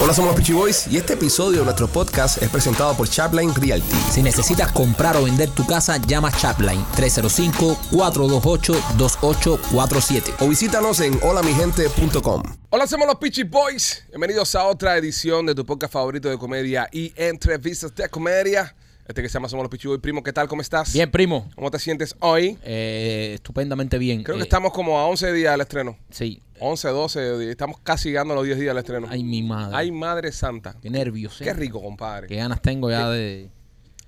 Hola, somos los Peachy Boys y este episodio de nuestro podcast es presentado por Chapline Realty. Si necesitas comprar o vender tu casa, llama Chapline 305-428-2847. O visítanos en holamigente.com. Hola, somos los Peachy Boys. Bienvenidos a otra edición de tu podcast favorito de comedia y entrevistas de comedia. Este que se llama Somos los Peachy Boys. Primo, ¿qué tal? ¿Cómo estás? Bien, primo. ¿Cómo te sientes hoy? Eh, estupendamente bien. Creo que Eh, estamos como a 11 días del estreno. Sí. 11, 12, di- estamos casi llegando a los 10 días del estreno. Ay, mi madre. Ay, madre santa. Qué nervios. eh. Qué rico, compadre. Qué ganas tengo ya de...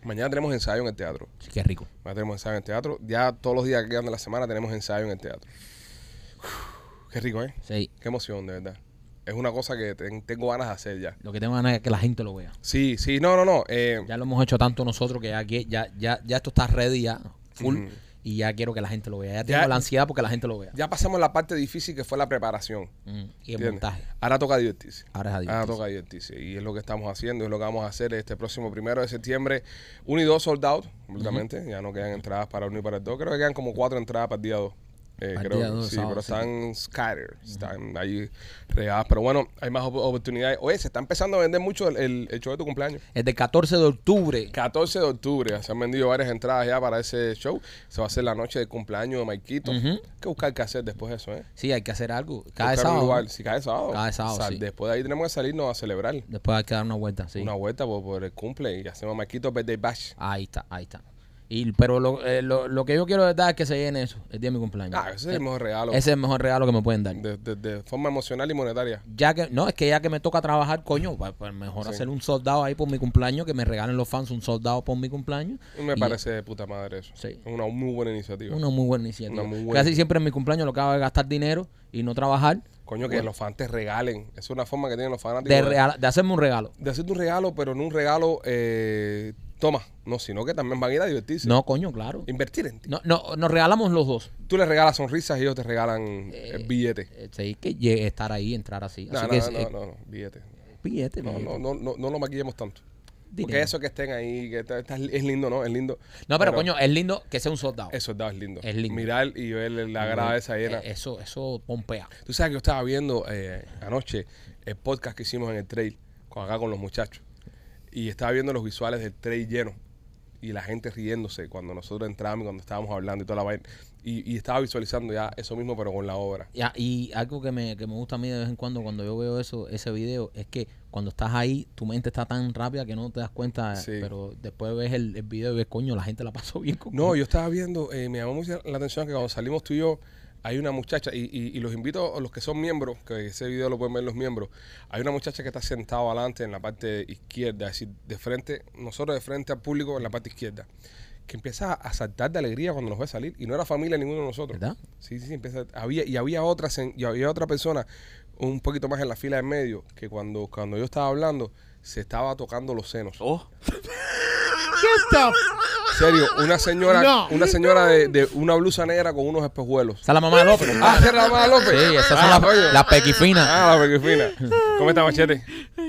Mañana tenemos ensayo en el teatro. Sí, qué rico. Mañana tenemos ensayo en el teatro. Ya todos los días que quedan de la semana tenemos ensayo en el teatro. Uf, qué rico, ¿eh? Sí. Qué emoción, de verdad. Es una cosa que ten- tengo ganas de hacer ya. Lo que tengo ganas es que la gente lo vea. Sí, sí, no, no, no. eh, Ya lo hemos hecho tanto nosotros que ya, aquí- ya, ya, ya esto está ready ya, full. Ujú. Y ya quiero que la gente lo vea. Ya Ya- tengo la ansiedad porque la gente lo vea. ya pasamos la parte difícil que fue la preparación. Mm, Y el ¿entiendes? montaje. Ahora toca divertirse. Ahora es Ah, adiós. toca divertirse. Y es lo que estamos haciendo, es lo que vamos a hacer este próximo primero de septiembre. Uno y dos sold out completamente. Ya no quedan entradas para uno y para el dos. Creo que quedan como cuatro entradas para el día dos. Eh, Para el creo, día dos, sí, sábado, pero sí. están scattered, están ahí regadas. Pero bueno, hay más op- oportunidades. Oye, se está empezando a vender mucho el, el- el show de tu cumpleaños. El del 14 de octubre. 14 de octubre, se han vendido varias entradas ya para ese show. Se va a hacer la noche de cumpleaños de Maikito. Hay que buscar qué hacer después de eso, ¿eh? Sí, hay que hacer algo. Cada Buscar un sábado. lugar. Sí, cada sábado. Cada sábado, sí. Después de ahí tenemos que salirnos a celebrar Después hay que dar una vuelta, sí. una vuelta por, por el cumple y hacemos Maquito Birthday Bash. Ahí está, ahí está. Y, pero lo, eh, lo, lo que yo quiero de verdad es que se llene eso, el día de mi cumpleaños. Ah, ese es el mejor regalo. Ese Eh, es el mejor regalo que me pueden dar. De, de- de forma emocional y monetaria. Ya que, no, es que ya que me toca trabajar, coño, pa- pa- mejor hacer un soldado ahí por mi cumpleaños, que me regalen los fans un soldado por mi cumpleaños. Me Y parece de puta madre eso. Sí. Una muy buena iniciativa. Una muy buena iniciativa. Una muy buena. Casi siempre en mi cumpleaños lo que hago es gastar dinero y no trabajar, Coño, que los fans te regalen. Es una forma que tienen los fanáticos de, regala- de hacerme un regalo. de hacerte un regalo, pero no un regalo, eh, toma, no, sino que también van a ir a divertirse. No, coño, claro. Invertir en ti. No, no, nos regalamos los dos. Tú les regalas sonrisas y ellos te regalan el billete. Eh, Sí, que llegue- estar ahí, entrar así. No, así no, que no, es- no, eh, no, no, billete. billete, No, billete. no, no, no, no lo maquillemos tanto. Porque Dinero. eso que estén ahí, que está- está- es lindo, ¿no? Es lindo. No, pero coño, es lindo que sea un soldado. Eso es lindo. Es lindo. Mirar y ver la grada esa llena. Eh, Eso, eso pompea. Tú sabes que yo estaba viendo eh, anoche el podcast que hicimos en el trail, con, acá con los muchachos. Y estaba viendo los visuales del trail lleno. Y la gente riéndose cuando nosotros entramos y cuando estábamos hablando y toda la vaina. Y, y estaba visualizando ya eso mismo, pero con la obra. Ya, y algo que me, que me gusta a mí de vez en cuando cuando yo veo eso, ese video, es que cuando estás ahí, tu mente está tan rápida que no te das cuenta, Sí. pero después ves el, el video y ves, coño, la gente la pasó bien con No, yo estaba viendo, eh, me llamó mucho la atención que cuando salimos tú y yo, hay una muchacha, y, y- y los invito a los que son miembros, que ese video lo pueden ver los miembros, hay una muchacha que está sentada adelante en la parte izquierda, es decir, de frente, nosotros de frente al público en la parte izquierda, que empieza a saltar de alegría cuando nos ve salir, y no era familia ninguno de nosotros. ¿Verdad? Sí, sí, sí, empieza, había, y había otra, sen- y había otra persona un poquito más en la fila de medio, que cuando, cuando yo estaba hablando, se estaba tocando los senos. Stop. serio, una señora, No. una señora de, de una blusa negra con unos espejuelos. Esa es la mamá de López. Ah, esa es la mamá López. Sí, esas son Ah, las, oye. las pequifinas. Ah, la pequifina. ¿Cómo está, Machete?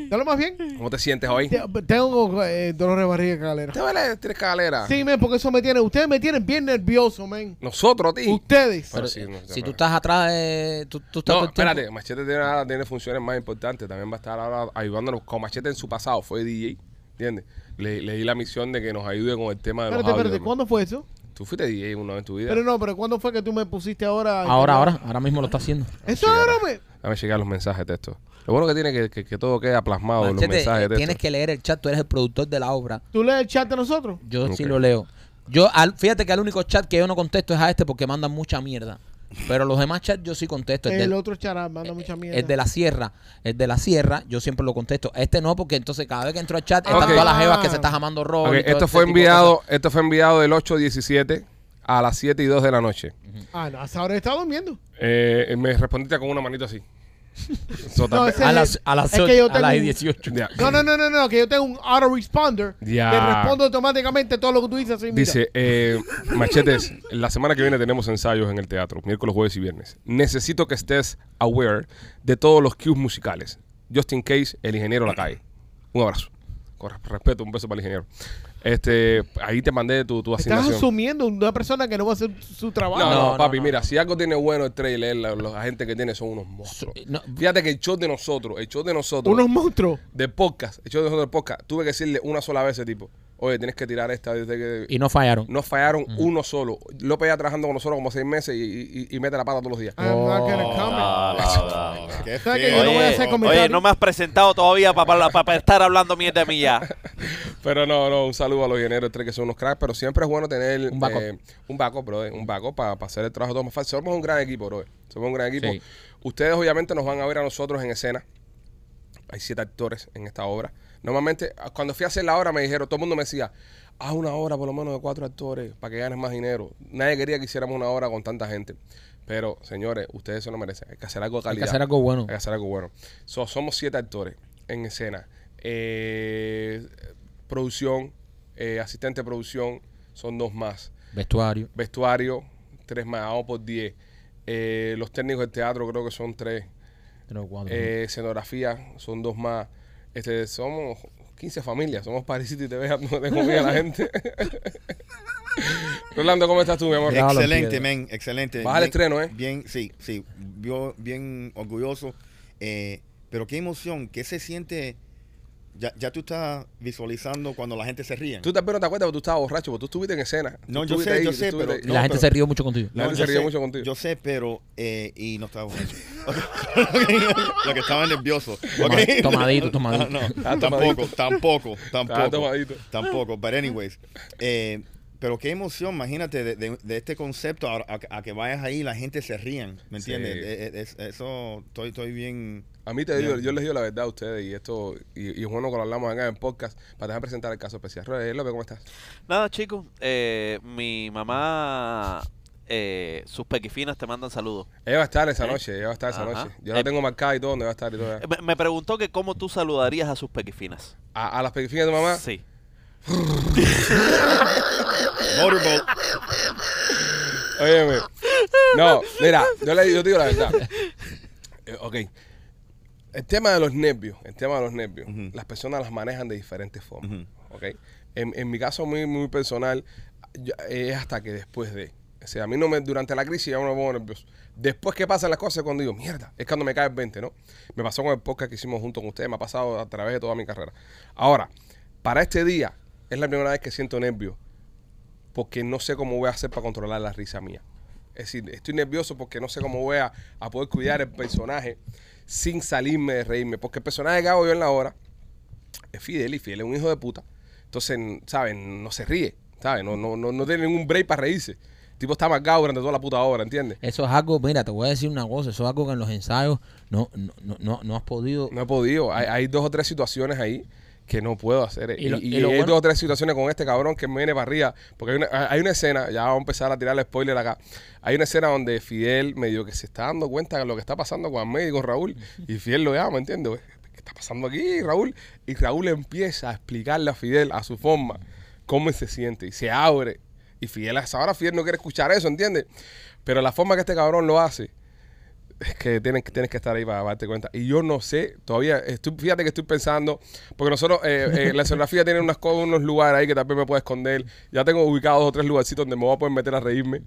¿Dale más bien? ¿Cómo te sientes hoy? ¿Te Te- Tengo eh, dolor de barriga, calera. vale tres escaleras? Sí, men, porque eso me tiene. Ustedes me tienen bien nervioso, men. Nosotros, Uh, tío. Ustedes. Pero, Bueno, sí, eh, no, ya si no. tú estás atrás de... Tú, tú estás No, todo el tiempo- espérate, Machete tiene, ahora- tiene funciones más importantes. También va a estar ahora ayudándonos con Machete en su pasado. Fue DJ, ¿entiendes? Le, le di la misión de que nos ayude con el tema de los Espérate, espérate. audios. ¿Cuándo fue eso? Tú fuiste DJ una vez en tu vida. Pero no, pero ¿cuándo fue que tú me pusiste ahora? Ahora, ahora, ahora mismo lo está haciendo. Eso ahora me. Dame llegar los mensajes de texto. Lo bueno que tiene que, que, que todo queda plasmado en los Machete, eh, mensajes de tienes texto. que leer el chat, tú eres el productor de la obra. ¿Tú lees el chat de nosotros? Yo sí Ok. lo leo. Yo, al- fíjate que al único chat que yo no contesto es a este porque mandan mucha mierda. Pero los demás chats yo sí contesto. El, El del- otro chará manda mucha mierda. el de la sierra, el de la sierra, yo siempre lo contesto. Este no, porque entonces cada vez que entro al chat están Ok. todas las jevas Ah. que se está jamando robo. Ok, este esto fue enviado, esto fue enviado del 8.17 a las 7 y 2 de la noche. Ah, no, hasta ahora estaba durmiendo. Eh, me respondiste con una manito así. Eso No, también- ese- A las, a las, Es que ocho- yo a tengo las un- 18. Ya. No, no, no, no, no, que yo tengo un autoresponder. Ya. Que respondo automáticamente todo lo que tú dices. Así, mira. Dice, eh, machetes, la semana que viene tenemos ensayos en el teatro, miércoles, jueves y viernes. Necesito que estés aware de todos los cues musicales. Just in case, el ingeniero la cae. Un abrazo. Con res- respeto, un beso para el ingeniero. Este, ahí te mandé tu, tu Estás asignación. asumiendo una persona que no va a hacer su trabajo. No, no, No, papi, no, no, mira, si algo tiene bueno el trailer, la, la gente que tiene son unos monstruos. no. Fíjate que el show de nosotros, el show de nosotros, Unos monstruos. de podcast, el show de nosotros de podcast, tuve que decirle una sola vez a ese tipo, oye, tienes que tirar esta desde que... Y no fallaron. Nos fallaron uno solo. López ya trabajando con nosotros como seis meses y, y- y mete la pata todos los Ah. días. I'm not gonna comment. No, no, no. Qué ¿Sabes que feo. yo no voy a Ah, Oye, hacer oye, comentarios? no me has presentado todavía para estar hablando mierda mía. Pero no, no, un saludo a los ingenieros tres que son unos cracks, pero siempre es bueno tener Un backup. eh, un backup, brother, un backup para hacer el trabajo todo más fácil. Somos un gran equipo, brother. Somos un gran equipo. Sí. Ustedes obviamente nos van a ver a nosotros en escena. Hay siete actores en esta obra. Normalmente, a- cuando fui a hacer la obra, me dijeron, todo el mundo me decía, haz una obra por lo menos de cuatro actores para que ganes más dinero. Nadie quería que hiciéramos una obra con tanta gente. Pero, señores, ustedes se lo merecen. Hay que hacer algo de Hay calidad. que hacer algo bueno. Hay que hacer algo bueno. So, somos siete actores en escena. Eh, producción, eh, asistente de producción, son dos más. Vestuario. Vestuario, tres más, vamos por diez. Eh, los técnicos del teatro creo que son tres. Tres o cuatro. Eh, escenografía, son dos más. Este, somos 15 familias, somos Paris City TV, no tengo miedo a la gente. Rolando, ¿cómo estás tú, mi amor? Bravo. Clava los Excelente, pies. men, excelente. Baja el Bien- estreno, ¿eh? Bien, sí, sí. Yo bien orgulloso. eh, pero qué emoción, qué se siente. Ya, ya tú estás visualizando cuando la gente se ríe. Tú también no te acuerdas, porque tú estabas borracho, porque tú estuviste en escena. Tú No, yo estuviste sé, yo tú sé, estuviste pero- Y no, la gente pero- se rió mucho contigo. La gente se yo rió sé, mucho contigo. Yo sé, pero. eh, y no estaba borracho. Lo que estaba nervioso. Toma- ok. tomadito, tomadito. No, no, Estaba tampoco, tampoco, Estaba tampoco. Ah, tomadito. Tampoco. But anyways. eh, pero qué emoción, imagínate, de, de- de este concepto a, a- a que vayas ahí y la gente se rían. ¿Me Sí. entiendes? Eh, eh, es- eso estoy, estoy bien. A mí te digo, Bien. yo les digo la verdad a ustedes y esto, y, y es bueno que lo hablamos acá en podcast para dejar presentar el caso especial. Roger, López, ¿cómo estás? Nada, chicos, eh, mi mamá, eh, sus pequifinas te mandan saludos. Ella va a estar esa ¿Eh? noche, ella va a estar esa Ajá. noche. Yo la Eh, tengo marcada y todo, donde va a estar y todo. Eh, Me, me preguntó que cómo tú saludarías a sus pequifinas. A, a las pequeñas de tu mamá, Sí. Motorboat. óyeme. No, mira, yo, le, yo te digo la verdad. Eh, ok. El tema de los nervios, el tema de los nervios, Ujú. las personas las manejan de diferentes formas. Ujú. ¿ok? En, en mi caso muy, muy personal, yo- es hasta que después de. O sea, a mí no me, durante la crisis ya no me pongo nervioso. Después que pasan las cosas es cuando digo, mierda, es cuando me cae el 20, ¿no? Me pasó con el podcast que hicimos junto con ustedes, me ha pasado a través de toda mi carrera. Ahora, para este día, es la primera vez que siento nervios, porque no sé cómo voy a hacer para controlar la risa mía. Es decir, estoy nervioso porque no sé cómo voy a, a poder cuidar el personaje sin salirme de reírme. Porque el personaje que hago yo en la hora es Fidel y Fidel es un hijo de puta. Entonces, ¿saben? No se ríe, ¿saben? No, no, no, no tiene ningún break para reírse. El tipo está marcado durante toda la puta obra, ¿entiendes? Eso es algo, mira, te voy a decir una cosa, eso es algo que en los ensayos no, no, no- no, no has podido. No he podido. Hay, hay dos o tres situaciones ahí que no puedo hacer. Y, Y lo- y y hay lo bueno- dos o tres situaciones con este cabrón que me viene para arriba. Porque hay una, ah, hay una escena, ya vamos a empezar a tirar el spoiler acá. Hay una escena donde Fidel medio que se está dando cuenta de lo que está pasando con Ahmed y con Raúl. Y Fidel lo llama, ¿entiendes? güey? ¿Qué está pasando aquí, Raúl? Y Raúl empieza a explicarle a Fidel a su forma cómo él se siente. Y se abre. Y Fidel, a esa hora Fidel no quiere escuchar eso, ¿entiendes? Pero la forma que este cabrón lo hace, es que tienes, que- tienes que estar ahí para darte cuenta. Y yo no sé, todavía, estoy, fíjate que estoy pensando, porque nosotros, eh, eh, la escenografía tiene unas, co- unos lugares ahí que también me puedo esconder. Ya tengo ubicados dos o tres lugarcitos donde me voy a poder meter a reírme,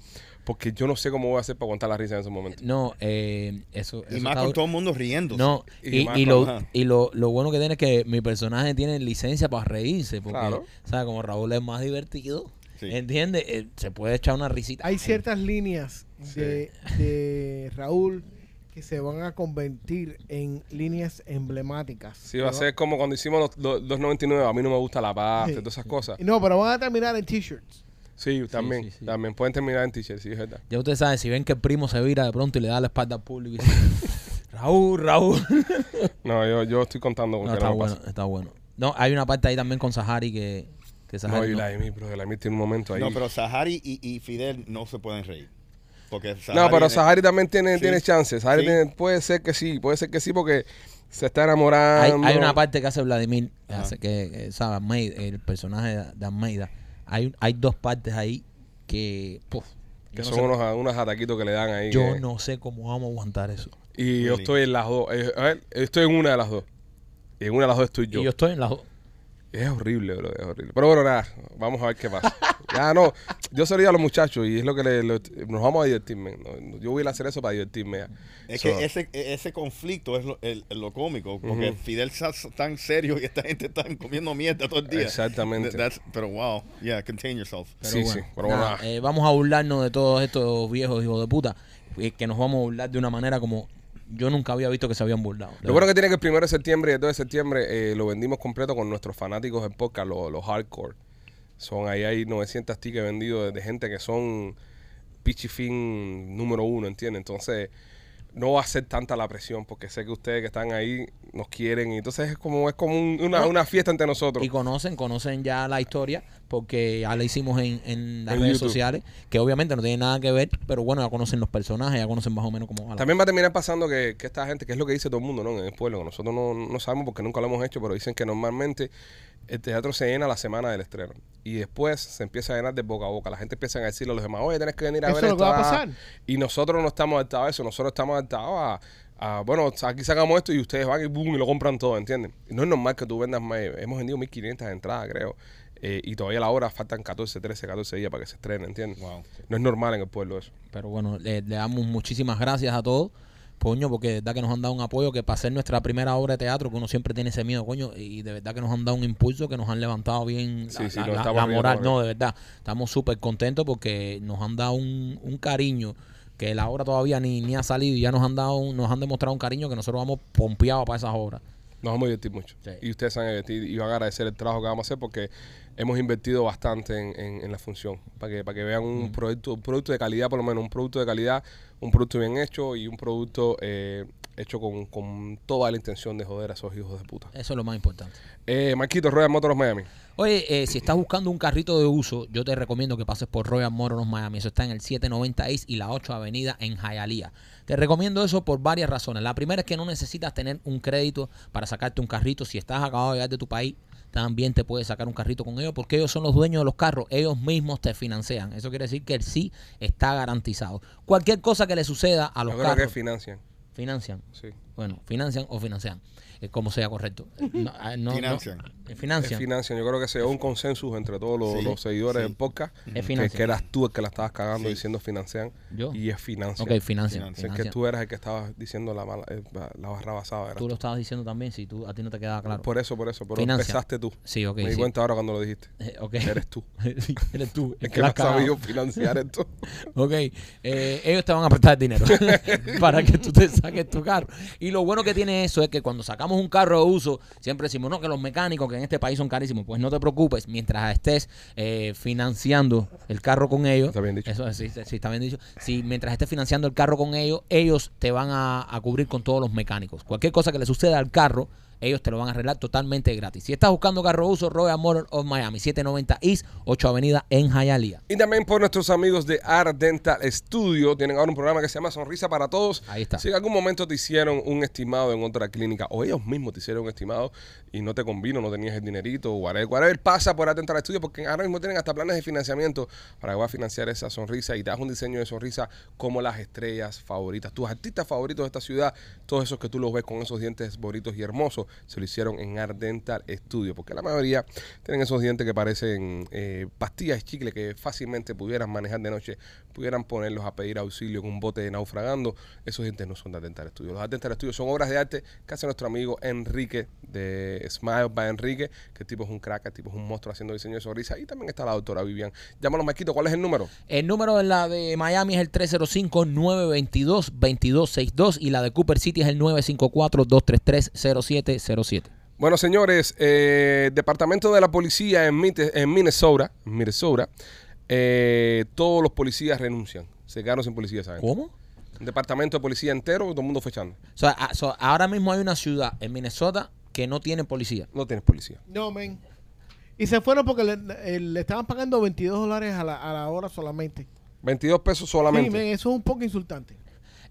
porque yo no sé cómo voy a hacer para aguantar la risa en esos momentos. No, eh, eso. Y eso más está con duro. todo el mundo riendo. No, Y y, más y con- lo, ajá. y lo, lo bueno que tiene es que mi personaje tiene licencia para reírse, porque, Claro. ¿sabes? Como Raúl es más divertido, Sí. ¿entiendes? Eh, se puede echar una risita. Hay ciertas líneas de, de Raúl que se van a convertir en líneas emblemáticas. Sí, va a ser como cuando hicimos los, los- los 99, a mí no me gusta la pasta y Sí. todas esas cosas. No, pero van a terminar en t-shirts. Sí, también, sí, sí. también pueden terminar en t-shirt, sí, es verdad. Ya ustedes saben, si ven que el primo se vira de pronto y le da la espalda al público y dice, Raúl, Raúl. No, yo, yo estoy contando con No, que está no me bueno, pase. está bueno. No, hay una parte ahí también con Sahari que, que No, Sahari y no- la Emi, bro, la Emi tiene un momento ahí. No, pero Sahari y, y Fidel no se pueden reír. Porque No, pero Sahari también tiene, Sí. tiene chances. Sahari Sí. tiene- puede ser que sí, puede ser que sí, porque se está enamorando. hay, hay una parte que hace Vladimir, que Ajá. hace que, que, sabe, Almeida, el personaje de- de Almeida. Hay, hay dos partes ahí que, puf, yo, Que no son sé, unos, unos ataquitos que le dan ahí. yo que- no sé cómo vamos a aguantar eso. Y yo Really. estoy en las dos. Eh, a ver, estoy en una de las dos. Y en una de las dos estoy yo. Y yo estoy en la... Es horrible, bro, es horrible. Pero bueno, nada, vamos a ver qué pasa. ya no, yo se lo digo a los muchachos y es lo que le- lo- nos vamos a divertir, men. No, Yo voy a ir a hacer eso para divertirme. ya. Es So, que ese, e- ese conflicto es lo, el- el- lo cómico, porque Ujú. Fidel está s- tan serio y esta gente está comiendo mierda todo el día. Exactamente. Th- that's- pero wow, yeah, contain yourself. Pero sí, bueno, sí, pero nada, nada. eh, vamos a burlarnos de todos estos viejos hijos de puta. eh, que nos vamos a burlar de una manera como yo nunca había visto que se habían burlado. de Lo bueno verdad. que tiene que el primero de septiembre y el 2 de septiembre eh, lo vendimos completo con nuestros fanáticos en podcast, los, los hardcore. Son ahí hay 900 tickets vendidos de, de gente que son pichifín número uno, ¿entiendes? Entonces no va a ser tanta la presión porque sé que ustedes que están ahí nos quieren y entonces es como es como un- una, No. una fiesta entre nosotros. Y conocen, conocen ya la historia, porque ya la hicimos en, en las En redes YouTube. sociales, que obviamente no tiene nada que ver, pero bueno, ya conocen los personajes, ya conocen más o menos cómo va la- También va a terminar pasando que, que esta gente, que es lo que dice todo el mundo, ¿no? En el pueblo, nosotros no, no sabemos porque nunca lo hemos hecho, pero dicen que normalmente el teatro se llena la semana del estreno. Y después se empieza a llenar de boca a boca. La gente empieza a decirle a los demás, oye, tenés que venir a Eso ver es lo esto, que va a ah". pasar. Y nosotros no estamos adaptados a eso, nosotros estamos adaptados a, a, bueno, aquí sacamos esto y ustedes van y boom, y lo compran todo, ¿entienden? No es normal que tú vendas más. eh, Hemos vendido 1.500 entradas, creo. Eh, y todavía a la hora faltan 14, 13, 14 días para que se estrene, ¿entiendes? Wow. No es normal en el pueblo eso. Pero bueno, le, le damos muchísimas gracias a todos, coño, porque de verdad que nos han dado un apoyo, que para hacer nuestra primera obra de teatro, que uno siempre tiene ese miedo, coño, y de verdad que nos han dado un impulso, que nos han levantado bien la, Sí, sí, la- nos la- estamos la moral, riendo, no, de verdad, estamos súper contentos porque nos han dado un, un cariño que la obra todavía ni, ni ha salido y ya nos han dado un- nos han demostrado un cariño que nosotros vamos pompeados para esas obras. Nos vamos a divertir mucho. Sí. Y ustedes se van a divertir y van a agradecer el trabajo que vamos a hacer porque hemos invertido bastante en, en- en la función. Para que, para que vean un producto, un producto de calidad, por lo menos un producto de calidad, un producto bien hecho y un producto eh, hecho con, con toda la intención de joder a esos hijos de puta. Eso es lo más importante. Eh, Marquito, Royal Motors Miami. Oye, eh, si estás buscando un carrito de uso, yo te recomiendo que pases por Royal Motors Miami. Eso está en el 790 East y la 8 Avenida en Hialeah. Te recomiendo eso por varias razones. La primera es que no necesitas tener un crédito para sacarte un carrito. Si estás acabado de llegar de tu país, también te puedes sacar un carrito con ellos porque ellos son los dueños de los carros. Ellos mismos te financian. Eso quiere decir que el sí está garantizado. Cualquier cosa que le suceda a los Yo creo que carros, financian. financian. Sí. Bueno, financian o financian, eh, como sea correcto. Eh, no, ah, no, no. Financian. Eh, Es Financian. financian. Yo creo que se dio un consenso entre todos los, Sí, los seguidores sí. del podcast. Es Que, financian. que eras tú el que la estabas cagando Sí. diciendo financian. ¿Yo? Y es financian. Ok, financian. Financian. Sé que tú eras el que estabas diciendo la, mala, eh, la- la barra basada. eras Tú lo estabas diciendo también, si tú a ti no te quedaba claro. Por eso, por eso. Pero Financia. empezaste tú. Sí, ok. Me di sí. cuenta ahora cuando lo dijiste. Eh, ok. Eres tú. Sí, Eres tú. el Es que la no has has sabido cagado. financiar esto. Ok, eh, ellos te van a prestar dinero para que tú te saques tu carro. Y lo bueno que tiene eso es que cuando sacamos un carro de uso, siempre decimos, no, que los mecánicos que en este país son carísimos. Pues no te preocupes, mientras estés eh, financiando el carro con ellos, Está bien dicho. eso sí, sí, sí, está bien dicho, si mientras estés financiando el carro con ellos, ellos te van a, a cubrir con todos los mecánicos. Cualquier cosa que le suceda al carro, ellos te lo van a arreglar totalmente gratis. Si estás buscando carro de uso, Royal Motor of Miami, 790 East, 8 Avenida en Hialeah. Y también por nuestros amigos de Art Dental Studio. Tienen ahora un programa que se llama Sonrisa para Todos. Ahí está. Si en algún momento te hicieron un estimado en otra clínica o ellos mismos te hicieron un estimado y no te convino, no tenías el dinerito, whatever, whatever, pasa por Art Dental Studio porque ahora mismo tienen hasta planes de financiamiento para que vas a financiar esa sonrisa y te das un diseño de sonrisa como las estrellas favoritas, tus artistas favoritos de esta ciudad, todos esos que tú los ves con esos dientes bonitos y hermosos, se lo hicieron en Art Dental Studio porque la mayoría tienen esos dientes que parecen eh, pastillas y chicle que fácilmente pudieran manejar de noche, pudieran ponerlos a pedir auxilio en un bote de naufragando. Esos dientes no son de Atentar Estudio. Los Atentar Estudio son obras de arte que hace nuestro amigo Enrique de Smile by Enrique, que el tipo es un crack, el tipo es un monstruo haciendo diseño de sonrisa. Y también está la doctora Vivian. Llámanos, Maquito, ¿cuál es el número? El número de la de Miami es el 305-922-2262 y la de Cooper City es el 954-233-0707. Bueno, señores, eh, Departamento de la Policía en, Mite- en Minnesota, en Minnesota eh, todos los policías renuncian. Se quedaron sin policía, ¿saben? ¿Cómo? O Un departamento de policía entero, todo el mundo fue echando. sea, a- so- ahora mismo hay una ciudad en Minnesota que no tiene policía. No tienes policía. No, men. Y se fueron porque le, eh, le estaban pagando 22 dólares a la, a la hora solamente. 22 pesos Sí, men, solamente. eso es un poco insultante.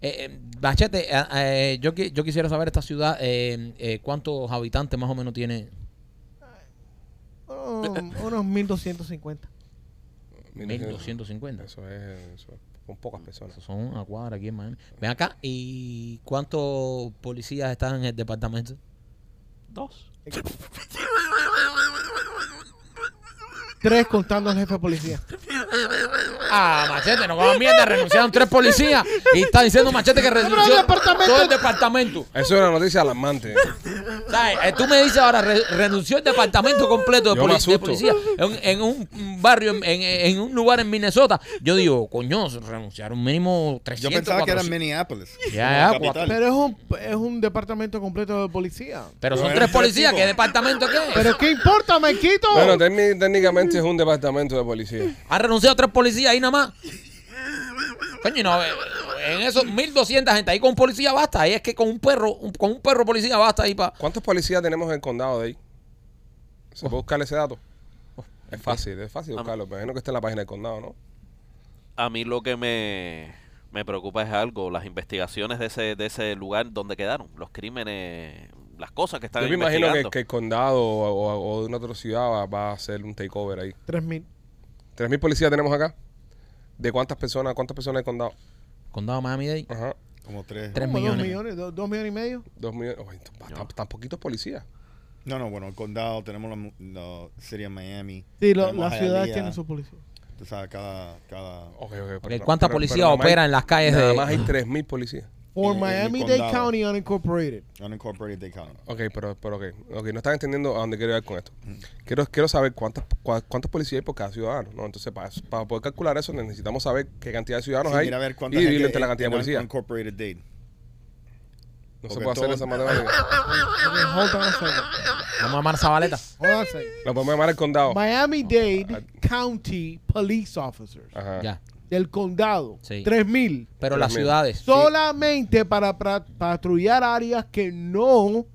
Eh, eh, Bachete, eh, eh, yo, qui- yo quisiera saber esta ciudad, eh, eh, ¿cuántos habitantes más o menos tiene? Oh, unos 1250. 1250. Eso es, eso es con pocas personas. Esos Son a cuadra aquí en Miami. Ven acá, ¿y cuántos policías están en el departamento? Dos. Tres contando al jefe de policía. Ah, Machete, no coman mierda, renunciaron tres policías y está diciendo Machete que renunció departamento- todo el departamento. Eso es una noticia alarmante. ¿Sabes? Eh, Tú me dices ahora, re- renunció el departamento completo de, Yo poli- me de asusto. policía en, en un barrio, en, en- en un lugar en Minnesota. Yo digo, coño, renunciaron mínimo 300, Yo pensaba que era en 400. Minneapolis. Ya, como ya, capital. Pero es un, es un departamento completo de policía. Pero son Pero tres eran tres policías, tipos. ¿qué departamento qué es? Pero ¿qué importa, me quito? Bueno, técnic- técnicamente es un departamento de policía. Han renunciado tres policías ahí nada más. Coño, y no, eh, en esos 1200 gente ahí con un policía basta. Ahí es que con un perro, un- con un perro policía basta ahí para. ¿Cuántos policías tenemos en el condado de ahí? ¿Se puede buscar ese dato? Es fácil, es fácil buscarlo. Me imagino que está en la página del condado, ¿no? A mí lo que me, me preocupa es algo, las investigaciones de ese, de ese lugar donde quedaron, los crímenes, las cosas que están Yo me imagino que, investigando. que el condado o, o- o de una otra ciudad va, va a hacer un takeover ahí. Tres mil. ¿Tres mil policías tenemos acá? ¿De cuántas personas? ¿Cuántas personas del condado? Condado Miami Dade, Ajá. Como tres. Tres. Como millones. Dos millones, do- dos millones y medio. Dos millones. Oye, t- tan, tan poquitos policías. No, no, bueno, el condado, tenemos la, mu- la City of Miami. Sí, lo- tenemos las ciudades Hialeah, tienen su policía. Tú sabes, cada. cada Ok, ok, Ok, ¿cuántas policías operan en las calles nada de- más hay- Nada más hay tres mil policías. Por En- en el Miami-Dade condado. County Unincorporated. unincorporated they count. Ok, pero, pero ok. Ok, no están entendiendo a dónde quiero ir con esto. Quiero, quiero saber cuántas, cua- cuántos policías hay por cada ciudadano. ¿no? Entonces, para, para poder calcular eso, necesitamos saber qué cantidad de ciudadanos Sí, hay mira a ver y cuánta dividirlo gente entre la cantidad de en- en policías. Unincorporated Dade. No se porque puede hacer todo- esa matemática. Ok, hold on a second. vamos a llamar a Zabaleta. Hold on a second. Lo podemos llamar el condado. Miami-Dade County Police Officers Ajá. Ya. del condado. Sí. 3000. Pero las Tremendo. ciudades. Solamente para pra- patrullar áreas que no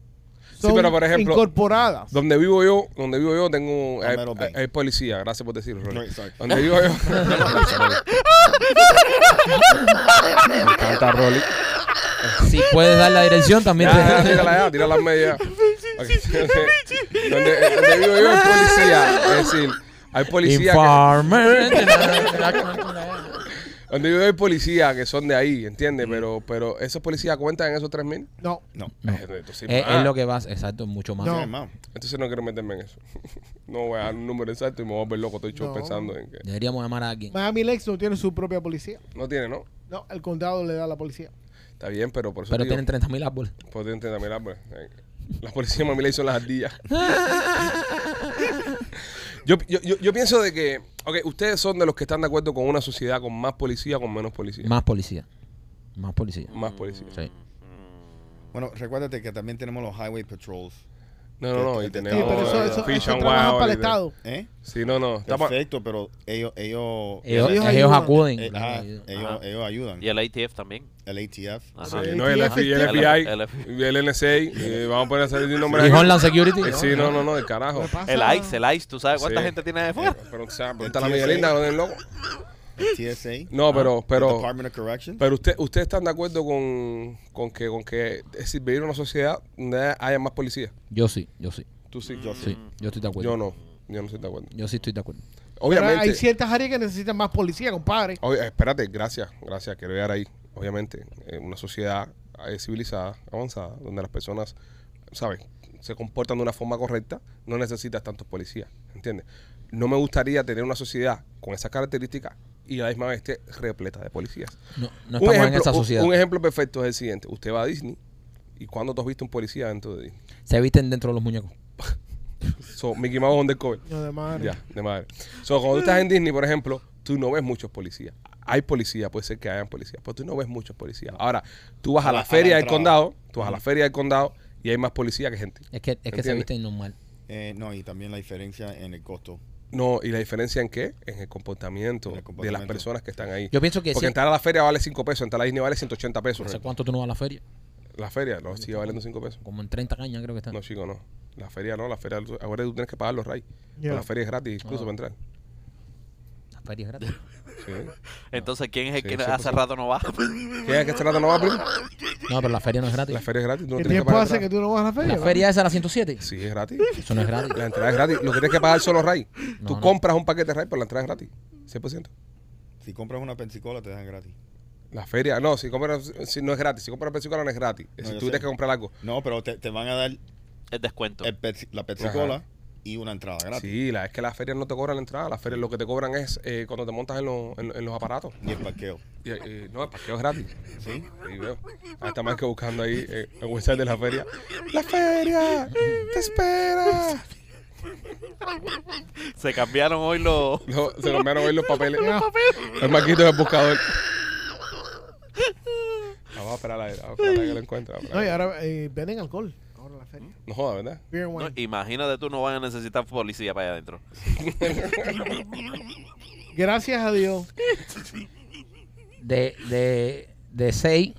son pero, por ejemplo, incorporadas. Donde vivo yo, donde vivo yo tengo hay, Homero Bay. hay- hay policía, gracias por decirlo. Rolly. Right, sorry. Donde vivo yo. Me encanta Rolly. Si puedes dar la dirección también. te- Ya, ya, tírala ya, tírala media. Ok, ok. donde, eh, donde vivo yo hay policía, es decir, hay policía que, Informer. donde vivo yo hay policía que son de ahí, Mm. ¿entiendes? Pero pero esos policías cuentan en esos 3000. no. No. No. Eh, Entonces, es, ah, es lo que vas, exacto, es mucho más. No. Sí, mao. entonces no quiero meterme en eso. No voy a dar un número exacto y me voy a volver loco, estoy No. pensando en que Deberíamos llamar a alguien. Miami Lakes no tiene su propia policía. no tiene, ¿no? No, el condado le da a la policía. Está bien, pero por eso Pero digo, tienen 30.000 árboles. Pues tienen 30.000 árboles. Eh, La policía mami le hizo las ardillas. yo, yo, yo, yo pienso de que, ok, ustedes son de los que están de acuerdo con una sociedad con más policía o con menos policía. Más policía. Más policía. Más policía. Sí. Bueno, recuérdate que también tenemos los highway patrols. No, no, no. Sí, Y pero tenemos Sí, pero eso, eh, eso, Fish eso and trabaja Wildlife. para el Estado. ¿Eh? Sí, no, no. está pa- Perfecto, pero ellos. Ellos, Ellos, Ellos ellos ayudan. acuden. eh, ajá, ellos, Ajá. ellos ayudan. Y el ATF también. El ATF. Ajá. Eh, Sí, no, el ATF, FBI, el el LF. FBI, el NSA. y eh, vamos a poner a salir de nombre. Eh, Y Homeland Security. Sí, no, no, no, de carajo. ¿Qué pasa? El ICE, el ICE, ¿tú sabes cuánta Sí. Eh, gente tiene de Pero, fuera? pero, o sea, pero está la media linda, no es loco. TSA. No, pero, the pero. Department of Correction. Pero usted, ustedes están de acuerdo con, con que con que es decir, vivir en una sociedad donde haya más policías. Yo sí, yo sí. Tú sí, Yo Mm, sí, yo estoy de acuerdo. Mm. Yo no, yo no estoy de acuerdo. Yo sí estoy de acuerdo. Pero Obviamente, Oh. hay ciertas áreas que necesitan más policía, compadre. obvi- espérate, gracias, gracias, quiero llegar ahí. Obviamente, en una sociedad eh, civilizada, avanzada, donde las personas, ¿sabes? Se comportan de una forma correcta, no necesitas tantos policías, ¿entiendes? No me gustaría tener una sociedad con esas características y a la misma vez esté repleta de policías. No, no Un estamos en ejemplo- esa un- sociedad. Un ejemplo perfecto es el siguiente. Usted va a Disney y cuando tú has visto un policía dentro de Disney. Se visten dentro de los muñecos. So, Mickey Mouse undercover. No, de madre. Ya, de madre. So, cuando tú estás en Disney, por ejemplo, tú no ves muchos policías. Hay policías, puede ser que hayan policías, pero tú no ves muchos policías. Ahora, tú vas a A la la- a la feria del entrada. condado, tú vas a la feria del condado y hay más policías que gente. Es que, es que se ¿Entiendes? visten normal. Eh, no, y también la diferencia en el costo. No, ¿y la diferencia en qué? En el comportamiento, En el de las comportamiento. personas que están ahí. Yo pienso que Porque sí. entrar a la feria vale 5 pesos, entrar a Disney vale 180 pesos. ¿Hace cuánto tú no vas a la feria? La feria, no, sigue valiendo 5 pesos. Como en 30 cañas creo que están. No, chico, no. La feria no, la feria, ahora tú tienes que pagar los RAI. Ya. La feria es gratis incluso Ah. para entrar. La feria es gratis. Sí. Entonces, ¿quién es el Sí, que sí, hace pues, rato no va? ¿Qué es que este rato no va a abrir? No, pero la feria no es gratis. La La, feria es gratis. tú no ¿Qué tienes que tiempo pagar hace que entrada. tú no vas a la feria? feria esa, la 107. Sí, es gratis. Eso no es gratis. La entrada es gratis. Lo que tienes que pagar solo Ray. No, Tú no. compras un paquete Ray, pero la entrada es gratis. 100%. Si compras una pensicola, te dan gratis. La feria, no, si compras, si no es gratis. Si compras Pepsi Cola no es gratis. Es No, decir, yo tú sé. tienes que comprar algo. No, pero te, te van a dar Eh, El descuento. el Pepsi- la pensicola y una entrada gratis. Sí, la, es que las ferias no te cobran la entrada, las ferias lo que te cobran es eh, cuando te montas en, los- en- en los aparatos. Y el parqueo. Y, eh, no, el parqueo es gratis. ¿Sí? Ahí veo. Ahí está más que buscando ahí eh, el website de la feria. ¡La feria! ¡Te espera! Se cambiaron hoy los. No, se cambiaron hoy los papeles. El maquito del buscador. Ah, vamos a esperar a, él, vamos a, esperar a que lo encuentre. vamos a No, y esperar a- ahora eh, venden alcohol. Ahora en la feria. No joda, ¿verdad? Beer and No, wine. imagínate tú, no van a necesitar policía para allá adentro. Gracias a Dios. De, de, de 6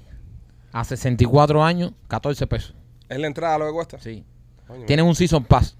a 64 años, 14 pesos. ¿Es la entrada lo que cuesta? Sí. Coño, Tienen un Season Pass,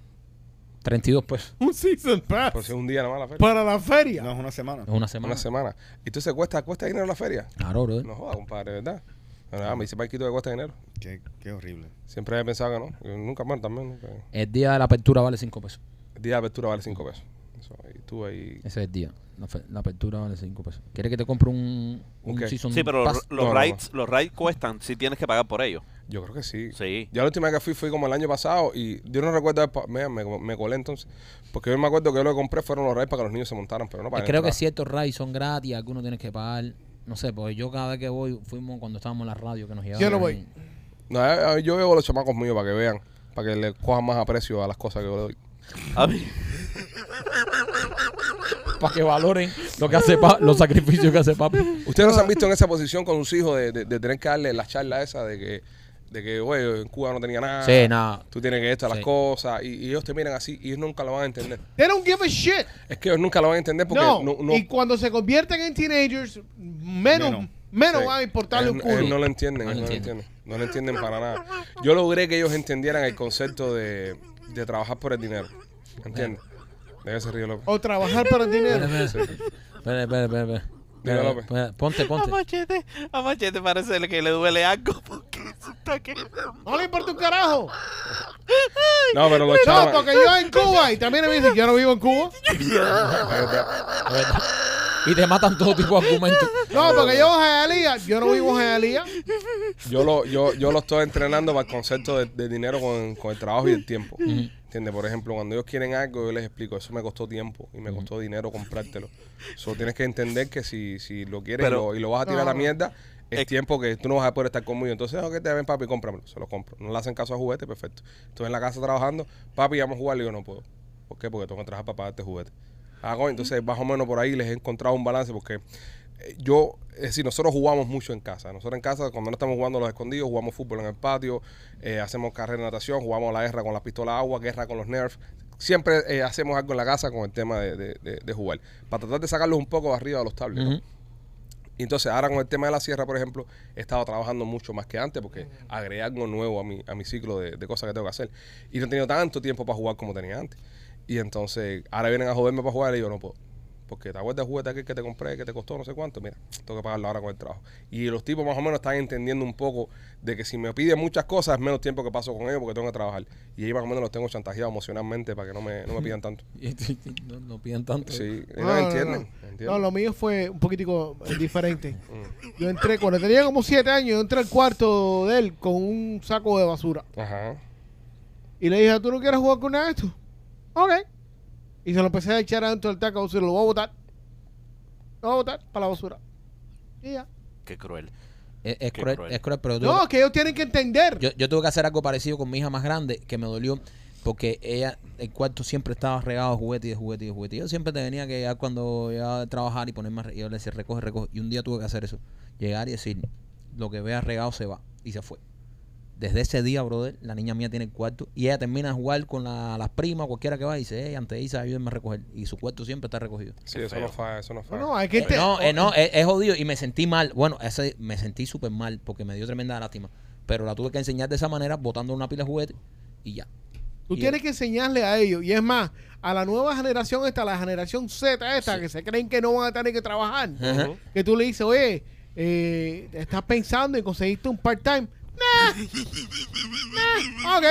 32 pesos. Un season pass. Por si es un día nomás la feria. Para la feria. No es una semana. Es una semana. Una semana. ¿Y tú se cuesta, cuesta dinero la feria? Claro, brother. No joda, compadre, ¿verdad? No, nada, me dice Marquito que cuesta dinero. Qué, qué horrible. Siempre había pensado que no. Yo nunca más también. nunca. El día de la apertura vale 5 pesos. El día de apertura vale 5 pesos. Eso, y tú ahí. Ese es el día. La, fe- la apertura vale 5 pesos. ¿Quieres que te compre un, un Ok. Season Sí, pero Pass? los, los No, no, rides, los rides cuestan, si tienes que pagar por ellos. Yo creo que sí. Sí. Yo la última vez que fui fue como el año pasado y yo no recuerdo. haber pa- Mira, me, me colé entonces. Porque yo me acuerdo que yo lo que compré fueron los rides para que los niños se montaran, pero no para. Eh, creo que entrar. ciertos rides son gratis, algunos tienes que pagar. No sé, porque yo cada vez que voy, fuimos cuando estábamos en la radio que nos llevaban. no voy. No, eh, eh, yo veo a los chamacos míos para que vean, para que le cojan más aprecio a las cosas que yo le doy. A mí- Para que valoren lo que hace pa- los sacrificios que hace papi. Ustedes no se han visto en esa posición con sus hijos de, de- de tener que darle la charla esa de que, de que, güey, en Cuba no tenía nada. Sí, nada. Tú tienes que esto, las Sí. cosas. Y, y ellos te miran así y ellos nunca lo van a entender. They don't give a shit. Es que ellos nunca lo van a entender porque no. no, no- Y cuando se convierten en teenagers, menos, menos, Menos. Sí. va a importarle un Ellos- ellos culo. no lo entienden, No ellos lo no lo entienden. entienden. No lo entienden para nada. Yo logré que ellos entendieran el concepto de, de trabajar por el dinero. ¿Entiendes? Debe ser Río López. O trabajar para el dinero. Espera, espera, espera, espera, espera. Dime, López. espera. Ponte, A ponte. Machete, a Machete parece que le duele algo porque se está queriendo. No le importa un carajo. No, pero los No, chavos. porque yo en Cuba. Y también me dicen que yo no vivo en Cuba. A ver. Y te matan todo tipo de argumentos. No, porque yo en Jalía. Yo no vivo en Jalía. Yo lo, yo, yo lo estoy entrenando para el concepto de, de dinero con, con el trabajo y el tiempo. ¿Entiendes? Por ejemplo, cuando ellos quieren algo, yo les explico, eso me costó tiempo y me costó dinero comprártelo. Solo tienes que entender que si, si lo quieres y, Pero- lo, y lo vas a tirar a la No. mierda, es Es- tiempo que tú no vas a poder estar conmigo. Entonces, ok, te ven papi, cómpramelo. Se lo compro. No le hacen caso a juguete, perfecto. Estoy en la casa trabajando, papi, vamos a jugar. Y yo no puedo. ¿Por qué? Porque tengo que trabajar para pagarte juguete. Ah, coño, entonces más o menos por ahí les he encontrado un balance porque eh, yo, es decir, nosotros jugamos mucho en casa. Nosotros en casa, cuando no estamos jugando a los escondidos, jugamos fútbol en el patio, eh, hacemos carrera de natación, jugamos la guerra con las pistolas de agua, guerra con los nerfs. Siempre eh, hacemos algo en la casa con el tema de, de- de- de jugar. Para tratar de sacarlos un poco arriba de los tablets. ¿no? Ujú. Y entonces ahora con el tema de la sierra, por ejemplo, he estado trabajando mucho más que antes porque agregué algo nuevo a mi, a mi ciclo de, de cosas que tengo que hacer. Y no he tenido tanto tiempo para jugar como tenía antes. Y entonces ahora vienen a joderme para jugar y yo no puedo. Porque te acuerdas del juguete aquel que te compré, que te costó no sé cuánto, mira, tengo que pagarlo ahora con el trabajo. Y los tipos más o menos están entendiendo un poco de que si me piden muchas cosas es menos tiempo que paso con ellos porque tengo que trabajar. Y ahí más o menos los tengo chantajeados emocionalmente para que no me, no me pidan tanto. No, no pidan tanto. Sí, No, no, no, no, entienden. no. entienden. No, lo mío fue un poquitico eh, diferente. Yo entré, cuando tenía como siete años, yo entré al cuarto de él con un saco de basura. Ajá. Y le dije, ¿tú no quieres jugar con nada de esto? Ok. Y se lo empecé a echar adentro del taco, se lo voy a botar. Lo voy a botar para la basura. Y ya. Qué cruel. Es, es Qué cruel, cruel. es cruel, pero tú- No, que ellos tienen que entender. Yo, yo tuve que hacer algo parecido con mi hija más grande que me dolió porque ella, el cuarto siempre estaba regado de juguete y de juguete y de juguete. Yo siempre tenía que llegar cuando llegaba a trabajar y ponerme a re- y yo le decía, recoge, recoge. Y un día tuve que hacer eso. Llegar y decir, lo que vea regado se va. Y se fue. Desde ese día, brother, la niña mía tiene el cuarto y ella termina de jugar con la- las primas, cualquiera que va, y dice, hey, antes de irse, ayúdenme a recoger. Y su cuarto siempre está recogido. Sí, Qué eso feo. no falla, eso no No, falla. no, hay que ente- No, eh, no, es, es jodido y me sentí mal. Bueno, ese, me sentí súper mal porque me dio tremenda lástima. Pero la tuve que enseñar de esa manera, botando una pila de juguete y ya. Tú Y- tienes que enseñarle a ellos. Y es más, a la nueva generación, esta, la generación Z, esta, Sí. que se creen que no van a tener que trabajar. Ajá. Que tú le dices, oye, eh, estás pensando en conseguirte un part-time. Nah. Nah. Ok.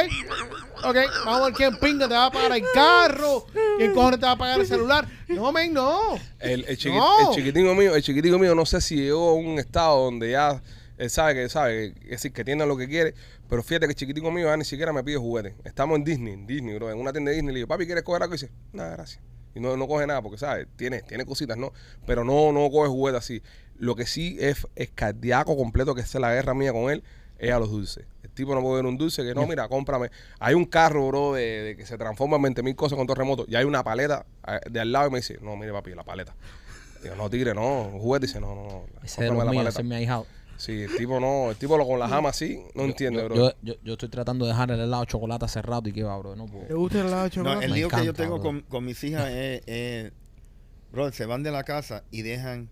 Ok. Vamos a ver quién pinga te va a pagar el carro. ¿Quién cojones te va a pagar el celular? No, men, no. El, el, chiqui- No. el chiquitico mío, el chiquitico mío, no sé si llegó a un estado donde ya Él sabe que sabe, que- es decir, que tiene lo que quiere, pero fíjate que el chiquitico mío ya ni siquiera me pide juguetes. Estamos en Disney, en Disney, bro, en una tienda de Disney. Le digo, papi, ¿quieres coger algo? Y dice, nada, gracias. Y no, no coge nada porque, ¿sabes? Tiene, tiene cositas, ¿no? Pero no, no coge juguetes así. Lo que sí es, es cardíaco completo, que esa es la guerra mía con él, es a los dulces. El tipo no puede ver un dulce que no, mira, cómprame. Hay un carro, bro, de, de que se transforma en 20 mil cosas con todo remoto. Y hay una paleta eh, de al lado y me dice, no, mire, papi, la paleta. Digo, no, tigre, no. Un juguete dice, no, no, no. Ese de cómprame los la míos, paleta". ese es mi ahijado. Sí, el tipo no, el tipo lo con la jama así, no entiende, Yo, bro. yo, yo- yo estoy tratando de dejar el helado de chocolate hace rato y que va, bro. No ¿Te puedo. gusta el helado de No, chocolate? el Me lío que yo encanta, tengo bro. con, con mis hijas es, es, bro, se van de la casa y dejan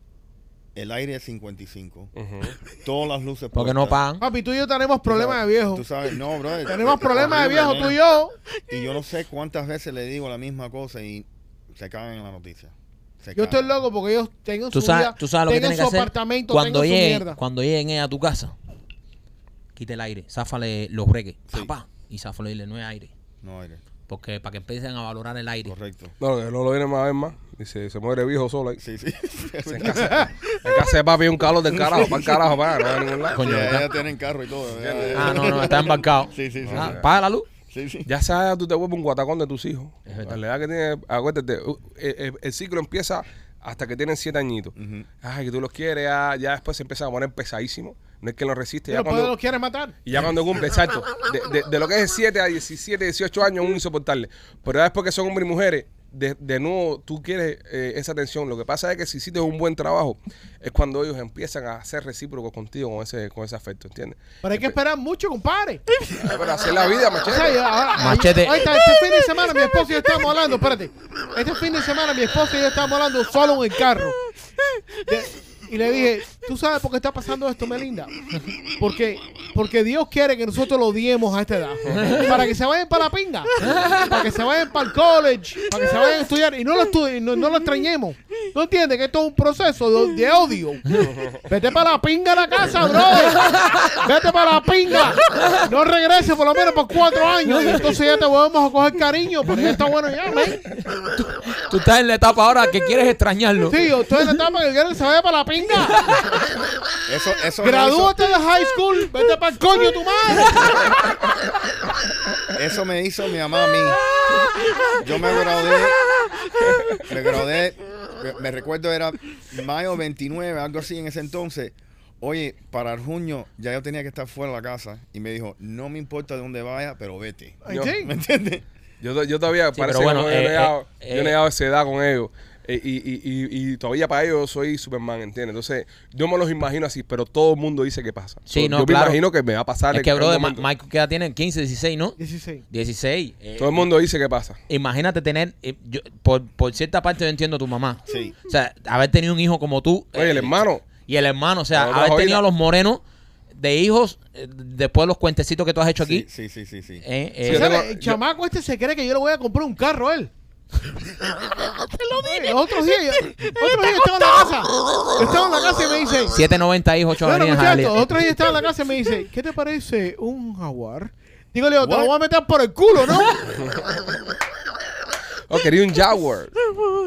el aire a 55. Ujú. Todas las luces Porque no puestas. pagan. Papi, tú y yo tenemos Tú sabes- problemas de viejo. Tú sabes, no, bro. Tenemos problemas de viejo, tú y yo yo. Y yo no sé cuántas veces le digo la misma cosa y se cagan en la noticia. Se Yo estoy cagan. loco porque ellos tengan Tú su sabes, vida, tú sabes lo que tengan tienes que su hacer. apartamento, Cuando tengan su lleguen, mierda. cuando lleguen ellas a tu casa, quita el aire, záfale los breques, Sí. papá, y záfale el no es aire. No, aire. Porque para que empiecen a valorar el aire. Correcto. No, que no lo viene más a ver más. Dice, se muere viejo solo ahí. Sí, sí. En casa, en casa de papi hay un calor del carajo, para el carajo, para, no hay ningún lado. Coño, ya, ¿verdad? ya tienen carro y todo. ya, ya, ya. Ah, no, no, está embarcado. Sí, sí, sí. Ah, sí. paga la luz. Sí, sí. Ya sabes, tú te vuelves un guatacón de tus hijos. Es verdad. A la edad que tiene, acuérdate, uh, eh, eh, el ciclo empieza hasta que tienen siete añitos. Ujú. Ay, que tú los quieres, ya, ya después se empieza a poner pesadísimo. No es que lo resiste. Pero Ya después cuando, los quieren matar. y ya cuando cumple, exacto. De, de- de lo que es de 7 a 17, 18 años, es un insoportable. Pero ya después que son hombres y mujeres, de, de nuevo tú quieres eh, esa atención. Lo que pasa es que si hiciste un buen trabajo, es cuando ellos empiezan a ser recíprocos contigo con ese, con ese afecto, ¿entiendes? Pero hay que esperar mucho, compadre. Ay, Pero así es la vida, O sea, machete. yo ahora- Machete. ahorita, este fin de semana mi esposo y yo estábamos hablando, espérate. Este fin de semana mi esposo y yo estábamos hablando solo en el carro. De- y le dije, ¿tú sabes por qué está pasando esto, Melinda? Porque, porque Dios quiere que nosotros lo odiemos a esta edad. Para que se vayan para la pinga. Para que se vayan para el college. Para que se vayan a estudiar. Y no lo, estudien, no, no lo extrañemos. ¿No entiendes? Que esto es un proceso de, de odio. Vete para la pinga a la casa, bro. Vete para la pinga. No regreses por lo menos por cuatro años. Y entonces ya te volvemos a coger cariño. Porque ya está bueno ya, ¿ves? Tú estás en la etapa ahora que quieres extrañarlo. Sí, estoy en la etapa que quieren que se vaya para la pinga. Eso, eso me Gradúate de high school, vete para el coño tu madre. hizo- eso me hizo mi mamá a mí. Yo me gradué. Me gradué. me- Me recuerdo era mayo 29, algo así en ese entonces. Oye, para junio ya yo tenía que estar fuera de la casa. Y me dijo, no me importa de dónde vaya, pero vete. Yo- ¿Me entiendes? Yo, to- yo todavía Sí, parece pero bueno, que no he eh, llegado, eh, yo no he eh. llegado a esa edad con ellos. Eh, y, y, y, y todavía para ellos yo soy Superman, ¿entiendes? Entonces, yo me los imagino así, pero todo el mundo dice que pasa. Sí, yo no, me claro. imagino que me va a pasar Es en que, algún bro, momento. Michael, ¿qué edad tiene? 15, 16, ¿no? 16. 16. eh, Todo el mundo dice que pasa. imagínate tener, eh, yo- por, por cierta parte yo entiendo a tu mamá. Sí. O sea, haber tenido un hijo como tú. Oye, el eh, hermano. Y el hermano, o sea, Ahora haber vas a tenido a oírla. los morenos de hijos, eh, después de los cuentecitos que tú has hecho aquí. Sí, sí, sí, sí. sí. eh, eh, Sí, yo ¿Sabes? tengo- el yo- chamaco este se cree que yo le voy a comprar un carro a él. Te lo dije. Otro día, yo- otro día yo estaba en la casa. Yo estaba en la casa y me dice. 790 hijos, 8 Bueno, avenidas, muchachos, Jalía. otro día estaba en la casa y me dice, ¿qué te parece un jaguar? Digo, Leo, te lo What? voy a meter por el culo, ¿no? Oh, quería un Jaguar.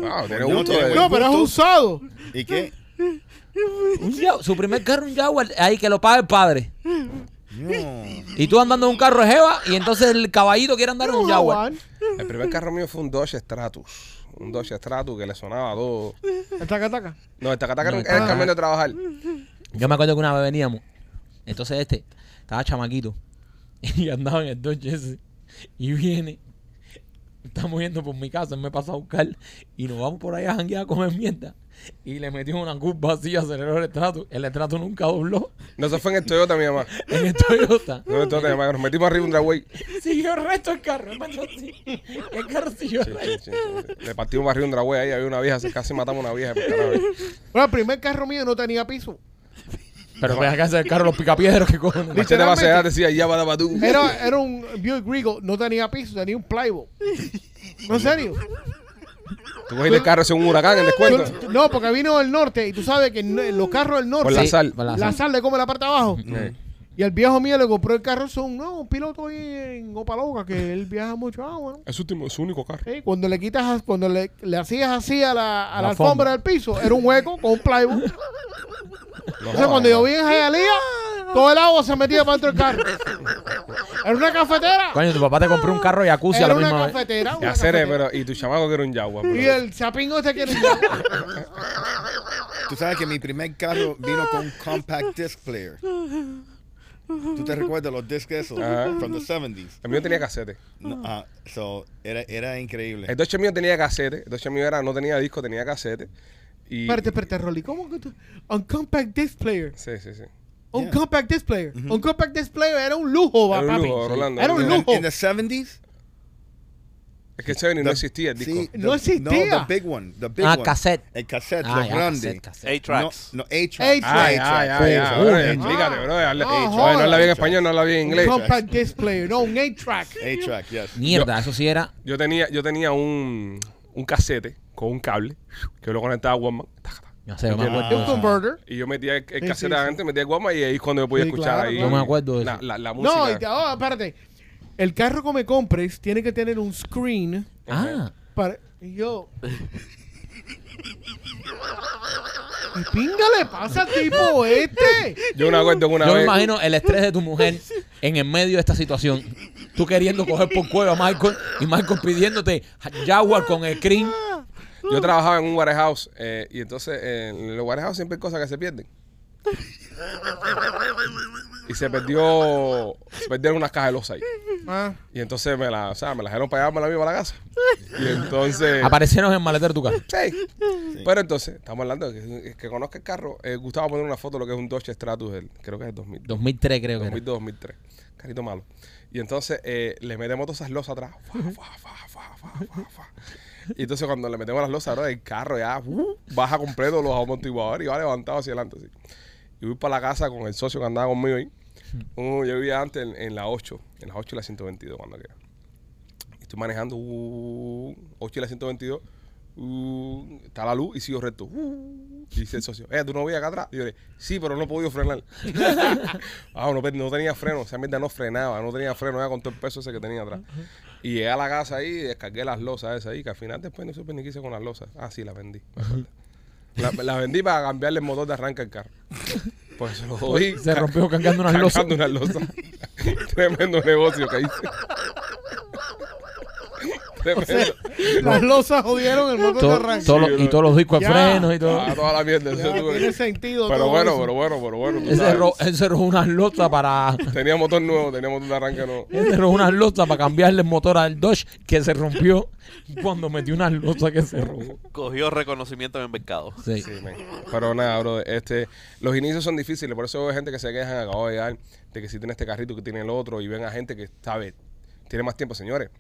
Wow, tiene No, gusto eh. tiene de- buen No, pero es usado. ¿Y qué? Un Yau- su primer carro, un Jaguar, ahí que lo paga el padre. No. Y tú andando en un carro de Jeva y entonces el caballito quiere andar en un Jaguar. El primer carro mío fue un Dodge Stratus. Un Dodge Stratus que le sonaba a todo. Taca, taca. No, el Tacataca No, era el ah. camión de trabajar. Yo me acuerdo que una vez veníamos. Entonces este estaba chamaquito y andaba en el Dodge ese. Y viene. Estamos yendo por mi casa, él me pasa a buscar y nos vamos por ahí a janguear a comer mierda. Y le metió una curva así, aceleró el estrato. El estrato nunca dobló No, se fue en el Toyota, mi mamá. en el Toyota. No, en el Toyota, mi mamá. que Nos metimos arriba un dragway. Siguió el resto del carro. él pasó así. El carro siguió el resto. Le partimos arriba un dragway ahí. Había una vieja, casi matamos a una vieja. por carajo. Bueno, el primer carro mío no tenía piso. Pero voy a casa del carro los picapiedros que cojones. Machete de base de edad decía, ya va daba tú. Era, era un Buick Regal, no tenía piso, tenía un plywood. ¿No, en serio? Tú cogiste el carro, es un huracán en descuento. Yo- no, porque vino del norte y tú sabes que no- los carros del norte, Por la sal. por la sal. sal le come la parte de abajo. Eh, Y el viejo mío le compró el carro, son no, un piloto ahí en Opaloca, que él viaja mucho. Ah, bueno. Es último, su único carro. Sí, cuando le quitas, cuando le, le hacías así a la, a La la alfombra. alfombra del piso, era un hueco con un plywood. No, Entonces, cuando yo vi en Hialeah, Todo el agua se metía para dentro del carro. Era una cafetera. Coño, tu papá te compró un carro Yakuza a Era la una misma vez. cafetera. una Ya seré, cafetera. pero. Y tu chamaco que era un yagua. Y Pero, el chapingo este quiere ir. Tú sabes que mi primer carro vino con un compact disc player. ¿Tú te recuerdas los discs esos? Ajá. From the 70s. el mío tenía casete. No, ah, so, era, era increíble. El Dodge mío tenía casete. El Dodge mío era, no tenía disco, tenía casete. Y, Espérate, espérate, Rolly. ¿Cómo que tú? Un compact disc player. Sí, sí, sí. Un Yeah. compact disc player. Un compact disc player era un lujo, va, Era un papi. lujo, Rolando. Era un In lujo. the- lujo. In the 70s? Es que el Chevy no the- existía el disco. sí, No the- No, existía. the big one. The big Ah, one. cassette. El cassette, Ah, lo ya, grande. cassette, cassette. A-Tracks. No, no, A-Track. A-Track. Ay, A-Track. ay, ay, Sí, ay, sí, bro, sí. explícate, bro. dale. No, Ay, joder. No habla bien español, no habla bien Un inglés. compact disc player, no un 8-track. A-Track, yes. Mierda, eso sí era. Yo tenía, yo tenía un, un casete con un cable que lo conectaba a Walkman. tac, tac. No sé, yo me Ah. acuerdo. Un de eso. converter. Y yo metía el, el Sí, cassette sí, adelante, metía el Walkman y ahí es cuando yo podía Sí, escuchar claro, ahí. claro. Yo me acuerdo de la, eso. La, la música. No, y te- oh, espérate. El carro que me compres tiene que tener un screen Ah, para. y Yo. ¿Qué pinga le pasa al tipo este? Yo me acuerdo que una yo me vez. imagino el estrés de tu mujer en el medio de esta situación. Tú queriendo coger por cuello a Michael y Michael pidiéndote Jaguar con el cream. Eh. Yo trabajaba en un warehouse eh, y entonces eh, en los warehouse siempre hay cosas que se pierden. Y se perdió, se perdieron unas cajas de los ahí. Ah, Y entonces me la, o sea, me la dejaron para allá, me la vi para la casa. Y entonces. Aparecieron en el maletero de tu casa. Sí. Pero entonces, estamos hablando de que, que conozca el carro. eh, Gustavo poner una foto de lo que es un Dodge Stratus, del- creo que es el 2000. 2003 creo que era. 2002, 2003. Carito malo. Y entonces eh, le metemos todas esas losas atrás. Fua, fua, fua, fua, fua, fua, fua. Y entonces cuando le metemos las losas ahora el carro ya uh, baja completo los amortiguadores y va levantado hacia adelante. Así. Y voy para la casa con el socio que andaba conmigo ahí. Uh, yo vivía antes en, en la 8, en la 8 y la 122 cuando queda. Y Estoy manejando uh, 8 y la 122. uh, está la luz y sigo recto. uh, y dice el socio, eh, ¿tú no veías acá atrás? Y yo le sí, pero no he podido frenar. Ah, no, pero no tenía freno, o sea, mierda no frenaba, no tenía freno, era con todo el peso ese que tenía atrás. Y llegué a la casa ahí y descargué las losas esas ahí, que al final después no supe ni qué hice con las losas. Ah, sí, las vendí. me acuerdo. La, la vendí para cambiarle el motor de arranque al carro. Pues se lo jodí. Se rompió cargando unas losas. Cargando unas losas. Tremendo negocio que hice. Tremendo. las losas jodieron el motor de Todo- arranque. todo lo- y todos los discos de Ya. frenos y todo. Ah, toda la mierda. eso Ya, tuve. tiene sentido. pero todo bueno, eso. pero bueno, pero bueno. tú Él se, sabes. ro- él se robó unas losas para. Tenía motor nuevo, tenía motor de arranque nuevo. Él se robó unas losas para cambiarle el motor al Dodge que se rompió cuando metió unas losas que se robó. Cogió reconocimiento en el mercado. Sí. Sí, men. Pero nada, bro. Este, los inicios son difíciles, por eso hay gente que se quejan, acabo de llegar, de que si tiene este carrito, que tiene el otro, y ven a gente que sabe, tiene más tiempo, señores.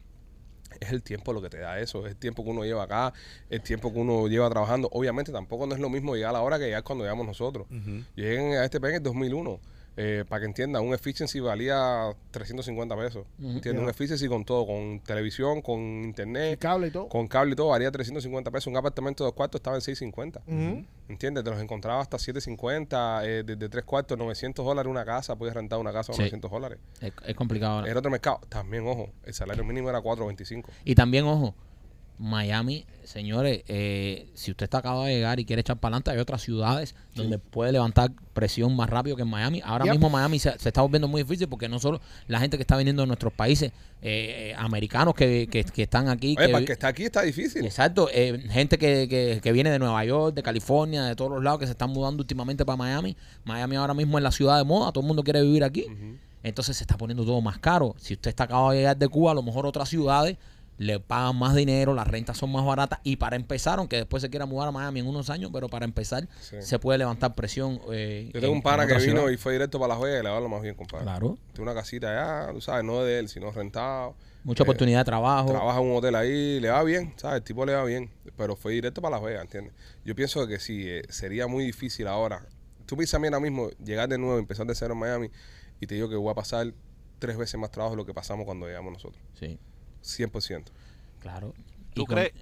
Es el tiempo lo que te da eso, es el tiempo que uno lleva acá, el tiempo que uno lleva trabajando. Obviamente tampoco no es lo mismo llegar a la hora que llegar cuando llegamos nosotros. Lleguen a este país en el 2001. eh, para que entiendan, un efficiency valía 350 pesos. ¿Entiendes? Un efficiency con todo, con televisión, con internet, El cable y todo. con cable y todo, valía 350 pesos. Un apartamento de dos cuartos estaba en 650. ¿Entiendes? Te los encontraba hasta 750, eh, de, de tres cuartos, 900 dólares una casa. Podías rentar una casa con Sí. 900 dólares. Es, es complicado ahora. Era otro mercado. También, ojo, el salario mínimo era 425. Y también, ojo, Miami, señores, eh, si usted está acaba de llegar y quiere echar para adelante, hay otras ciudades donde puede levantar presión más rápido que en Miami. Ahora Yep. mismo Miami se, se está volviendo muy difícil porque no solo la gente que está viniendo de nuestros países, eh, eh, americanos que, que- que están aquí. Oye, que para el vi- que está aquí está difícil. Exacto, eh, gente que, que- que viene de Nueva York, de California, de todos los lados, que se están mudando últimamente para Miami. Miami ahora mismo es la ciudad de moda, todo el mundo quiere vivir aquí. Entonces se está poniendo todo más caro. Si usted está acabado de llegar de Cuba, a lo mejor otras ciudades le pagan más dinero, las rentas son más baratas y para empezar, aunque después se quiera mudar a Miami en unos años, pero para empezar Sí. se puede levantar presión. eh, Yo en- tengo un pana en que otra vino ciudad. y fue directo para la joya y le va lo más bien, compadre. Claro, Tiene una casita allá, tú sabes, no de él, sino rentado. mucha Eh, oportunidad de trabajo. Trabaja en un hotel ahí, le va bien, ¿sabes? El tipo le va bien, pero fue directo para Las Vegas, ¿entiendes? Yo pienso que sí, eh, sería muy difícil ahora. Tú piensas a mí ahora mismo, llegar de nuevo, empezar de cero en Miami, y te digo que voy a pasar tres veces más trabajo de lo que pasamos cuando llegamos nosotros. Sí, 100%. claro. Y ¿Tú con- crees,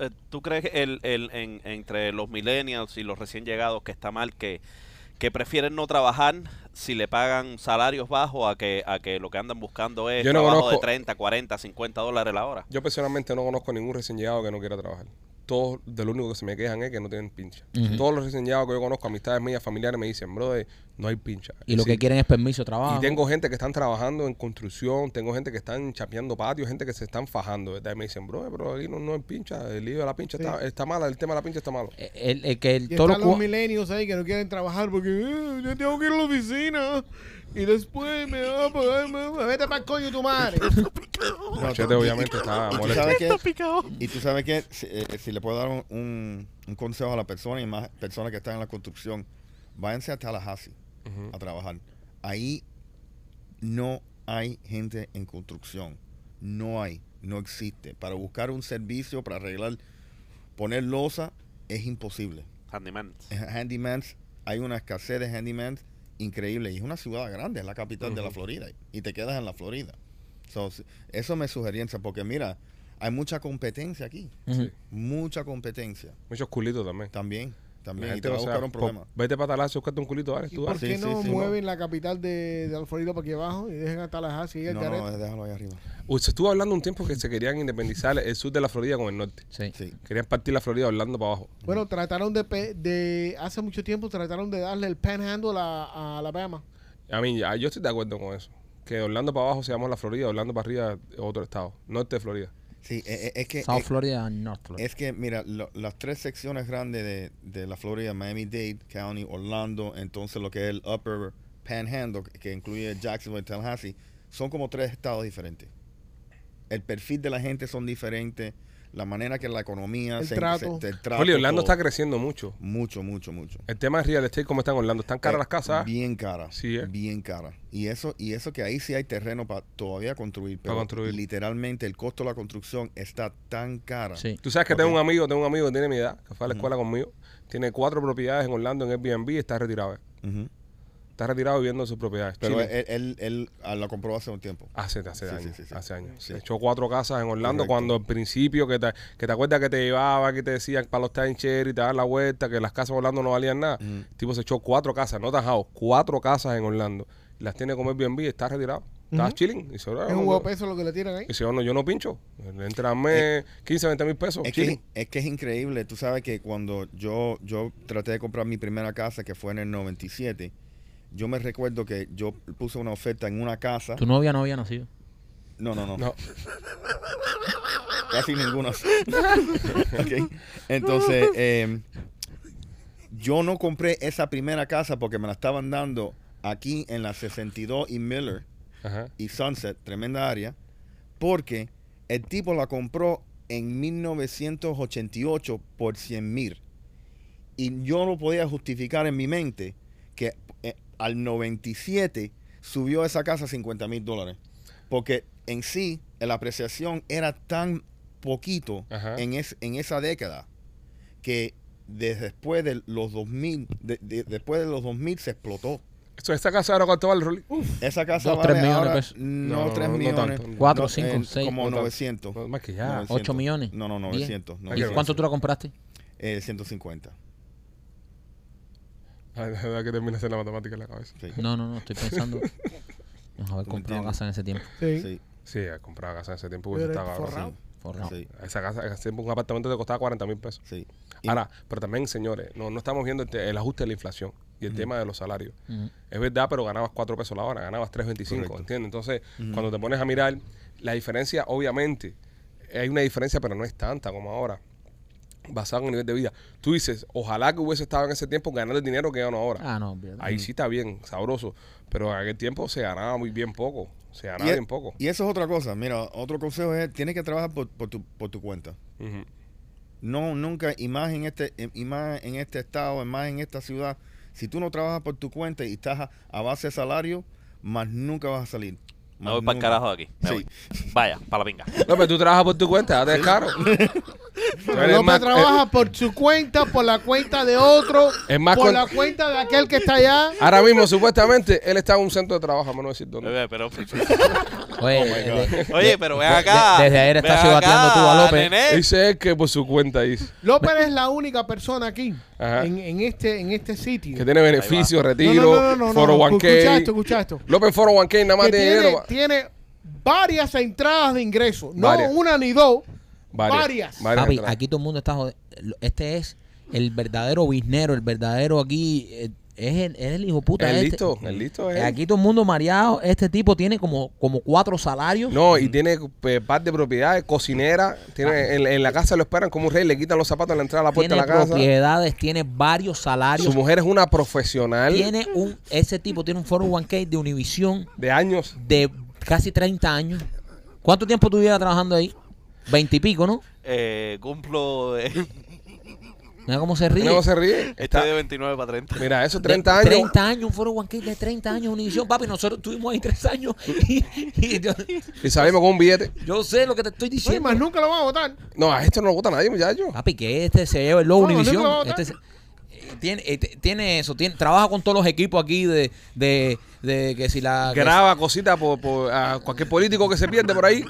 eh, ¿tú crees que el, el- en- entre los millennials y los recién llegados que está mal que, que prefieren no trabajar si le pagan salarios bajos a que, a que lo que andan buscando es Yo no trabajo de conozco- 30, 40, 50 dólares la hora? Yo personalmente no conozco ningún recién llegado que no quiera trabajar. todos de lo único que se me quejan es que no tienen pincha. Ujú. Todos los recién llegados que yo conozco, amistades mías, familiares, me dicen, brother, no hay pincha. Y lo Sí. que quieren es permiso de trabajo. Y tengo gente que están trabajando en construcción, tengo gente que están chapeando patios, gente que se están fajando, ¿verdad? Y me dicen, bro, pero aquí no, no hay pincha, el lío de la pincha Sí. está, está mala, el tema de la pincha está malo. El, Eh, el- el que el Y todo lo están los cua- milenios ahí que no quieren trabajar porque "Eh, yo tengo que ir a la oficina y después me va a pagar. me va a- Vete para el coño tu madre. Machete obviamente está ¿Y tú molesto. sabes qué? Y tú sabes que si, eh, si le puedo dar un, un- un consejo a la persona y más personas que están en la construcción, váyanse a Tallahassee a trabajar. Ahí no hay gente en construcción. No hay, no existe. Para buscar un servicio, para arreglar, poner losa, es imposible. Handyman. Handymans, hay una escasez de handymans increíble. Y es una ciudad grande, es la capital de la Ujú. Florida. Y te quedas en la Florida. So, si- eso me sugerencia, porque mira, hay mucha competencia aquí. Ujú. Sí. Mucha competencia. Muchos culitos también. También, La también. y gente te va no a sabe. buscar un Po- problema. Vete para Talazo, buscate un culito, ¿vale? ¿Y Tú, por dale. sí, qué sí, no sí, mueven la capital de, de la Florida para aquí abajo y dejan a Tallahassee y el No, Garete? no, eh. déjalo ahí arriba. Uy, se estuvo hablando un tiempo que se querían independizar el sur de la Florida con el norte. Sí. Sí. Querían partir la Florida hablando para abajo. Bueno, trataron de, pe- de. Hace mucho tiempo trataron de darle el panhandle a, a Alabama. A mí, ya- yo estoy de acuerdo con eso. Que Orlando para abajo se llama la Florida, Orlando para arriba es otro estado, norte de Florida. Sí, e- e- es que... South e- Florida, North Florida. Es que, mira, lo- las tres secciones grandes de, de la Florida, Miami-Dade County, Orlando, entonces lo que es el Upper Panhandle, que incluye Jacksonville y Tallahassee, son como tres estados diferentes. El perfil de la gente son diferentes, la manera que la economía El trato. el trato, Oli, Orlando todo. está creciendo mucho. Mucho, mucho, mucho. El tema es real estate, ¿cómo están Orlando? ¿Están caras Eh, las casas? Bien cara. Sí, eh. Bien cara. Y eso, y eso que ahí sí hay terreno para todavía construir. Pero construir. literalmente el costo de la construcción está tan cara. Sí. Tú sabes que Ok. tengo un amigo, tengo un amigo que tiene mi edad, que fue a la escuela conmigo, tiene cuatro propiedades en Orlando en Airbnb y está retirado. eh. Ujú. Está retirado viviendo de sus propiedades. Pero Chile. él, él, él, ah, lo compró hace un tiempo. Hace, hace Sí, años, sí, sí, sí. hace años. Sí. Se echó cuatro casas en Orlando Correcto. cuando al principio que te, que te acuerdas que te llevaban, que te decían para los timeshare y te daban la vuelta, que las casas en Orlando no valían nada. Ujú. El tipo se echó cuatro casas, no tajado, cuatro casas en Orlando. Y Las tiene como Airbnb y está retirado. Está chilling. Y se, Es un huevo peso lo que le tiran ahí. Y dice, "Oh, no, yo no pincho. Entrame 15, 20 mil pesos. Es chilling. que, es que es increíble. Tú sabes que cuando yo, yo traté de comprar mi primera casa, que fue en el 97, yo me recuerdo que yo puse una oferta en una casa. Tu novia no había nacido. No, no, no. No, Casi ninguno. Ok. Entonces, eh, yo no compré esa primera casa porque me la estaban dando aquí en la 62 y Miller ajá. y Sunset, tremenda área, porque el tipo la compró en 1988 por 100 mil. Y yo no podía justificar en mi mente que eh, al 97 subió esa casa a 50 mil dólares. Porque en sí, la apreciación era tan poquito Ajá. en, es- en esa década que de- después de los 2000, de- de- después de los 2000 se explotó. Esto, esta casa ahora cuánto vale, Rolly? Uf, Esa casa Dos, vale tres millones ahora- de pesos. No, No, no, 3 no, no millones. tanto. Cuatro, No, cinco, eh, seis. Como No tanto. 900. no, más que ya. 900. ¿Ocho millones? No, no, Diez. 900. ¿Y 900. cuánto tú la compraste? Eh, 150. La verdad que termina hacer la matemática en la cabeza. Sí. No, no, no, estoy pensando. Nos haber comprado Entiendo. casa en ese tiempo. Sí. Sí, Sí, compraba casa en ese tiempo porque Pero estaba es cabrón. forrado. Forrado. sí, Esa casa, ese tiempo, un apartamento te costaba 40 mil pesos. sí. Y- Ahora, pero también, señores, no, no estamos viendo el, te- el ajuste de la inflación y el tema de los salarios. Ujú. Es verdad, pero ganabas 4 pesos la hora, ganabas 3.25, Correcto. ¿entiendes? Entonces, cuando te pones a mirar, la diferencia, obviamente, hay una diferencia, pero no es tanta como ahora, basado en el nivel de vida. Tú dices, ojalá que hubiese estado en ese tiempo ganando el dinero que gano ahora. Ah, no, olvídate. Ahí sí está bien, sabroso, pero en aquel tiempo se ganaba muy bien poco, se ganaba y, e- bien poco. y eso es otra cosa. Mira, otro consejo es, tienes que trabajar por, por tu, por tu cuenta. Ujú. No, nunca, y más en este, y más en este estado, y más en esta ciudad. Si tú no trabajas por tu cuenta y estás a, a base de salario, más nunca vas a salir. Me Mm, Más voy para el nunca. carajo de aquí. Me Sí. voy. Vaya, para la pinga. No, pero tú trabajas por tu cuenta, date caro. Pero López eh, trabaja por su cuenta, por la cuenta de otro, Es más por con- la cuenta de aquel que está allá. Ahora mismo, supuestamente, él está en un centro de trabajo, vamos a no decir dónde. Oye, pero, Oye, oh eh, God. de- oye, pero ven de- acá. de- desde ayer estás Ven acá, chivateando tú a López. Eh. nene. Dice él que por su cuenta dice. López es la única persona aquí, Ajá. en, en este, en este sitio. Que tiene beneficios, No, retiro, no, no, no, no, no, no, 401k. Escucha esto, escucha esto. López 401k nada más Que tiene tiene, dinero. tiene varias entradas de ingresos, no Varias. una ni dos, Varias. Papi, entradas. aquí todo el mundo está jode- lo- Este es el verdadero biznero, el verdadero aquí. eh, Es el, es el hijo puta. El este. listo, el listo es él. Aquí todo el mundo mareado. Este tipo tiene como, como cuatro salarios. No, y tiene eh, par de propiedades, cocinera, Ah. tiene en, en la casa lo esperan como un rey, le quitan los zapatos en la entrada a la puerta tiene de la casa. propiedades, tiene varios salarios. Su mujer es una profesional Tiene un, ese tipo tiene un 401k de Univision de años. de casi 30 años. ¿Cuánto tiempo tuviera trabajando ahí? Veintipico, ¿no? Eh, cumplo eh, Mira cómo se ríe. No se ríe. este Está- de 29 para 30. mira, esos De 30 años. 30 años, un foro K de 30 años, Univision. Papi, nosotros estuvimos ahí 3 años. Y, y yo, Y salimos con un billete. yo sé lo que te estoy No, y diciendo. más nunca lo van a votar. No, a esto no lo vota nadie, muchacho. Papi, que este se lleva el logo No, no, Univision. no, no. Este se- eh, tiene, eh, t- tiene eso, tiene, trabaja con todos los equipos aquí de, de, de que si la... que- Graba cositas por, por- a cualquier político que se pierde por ahí.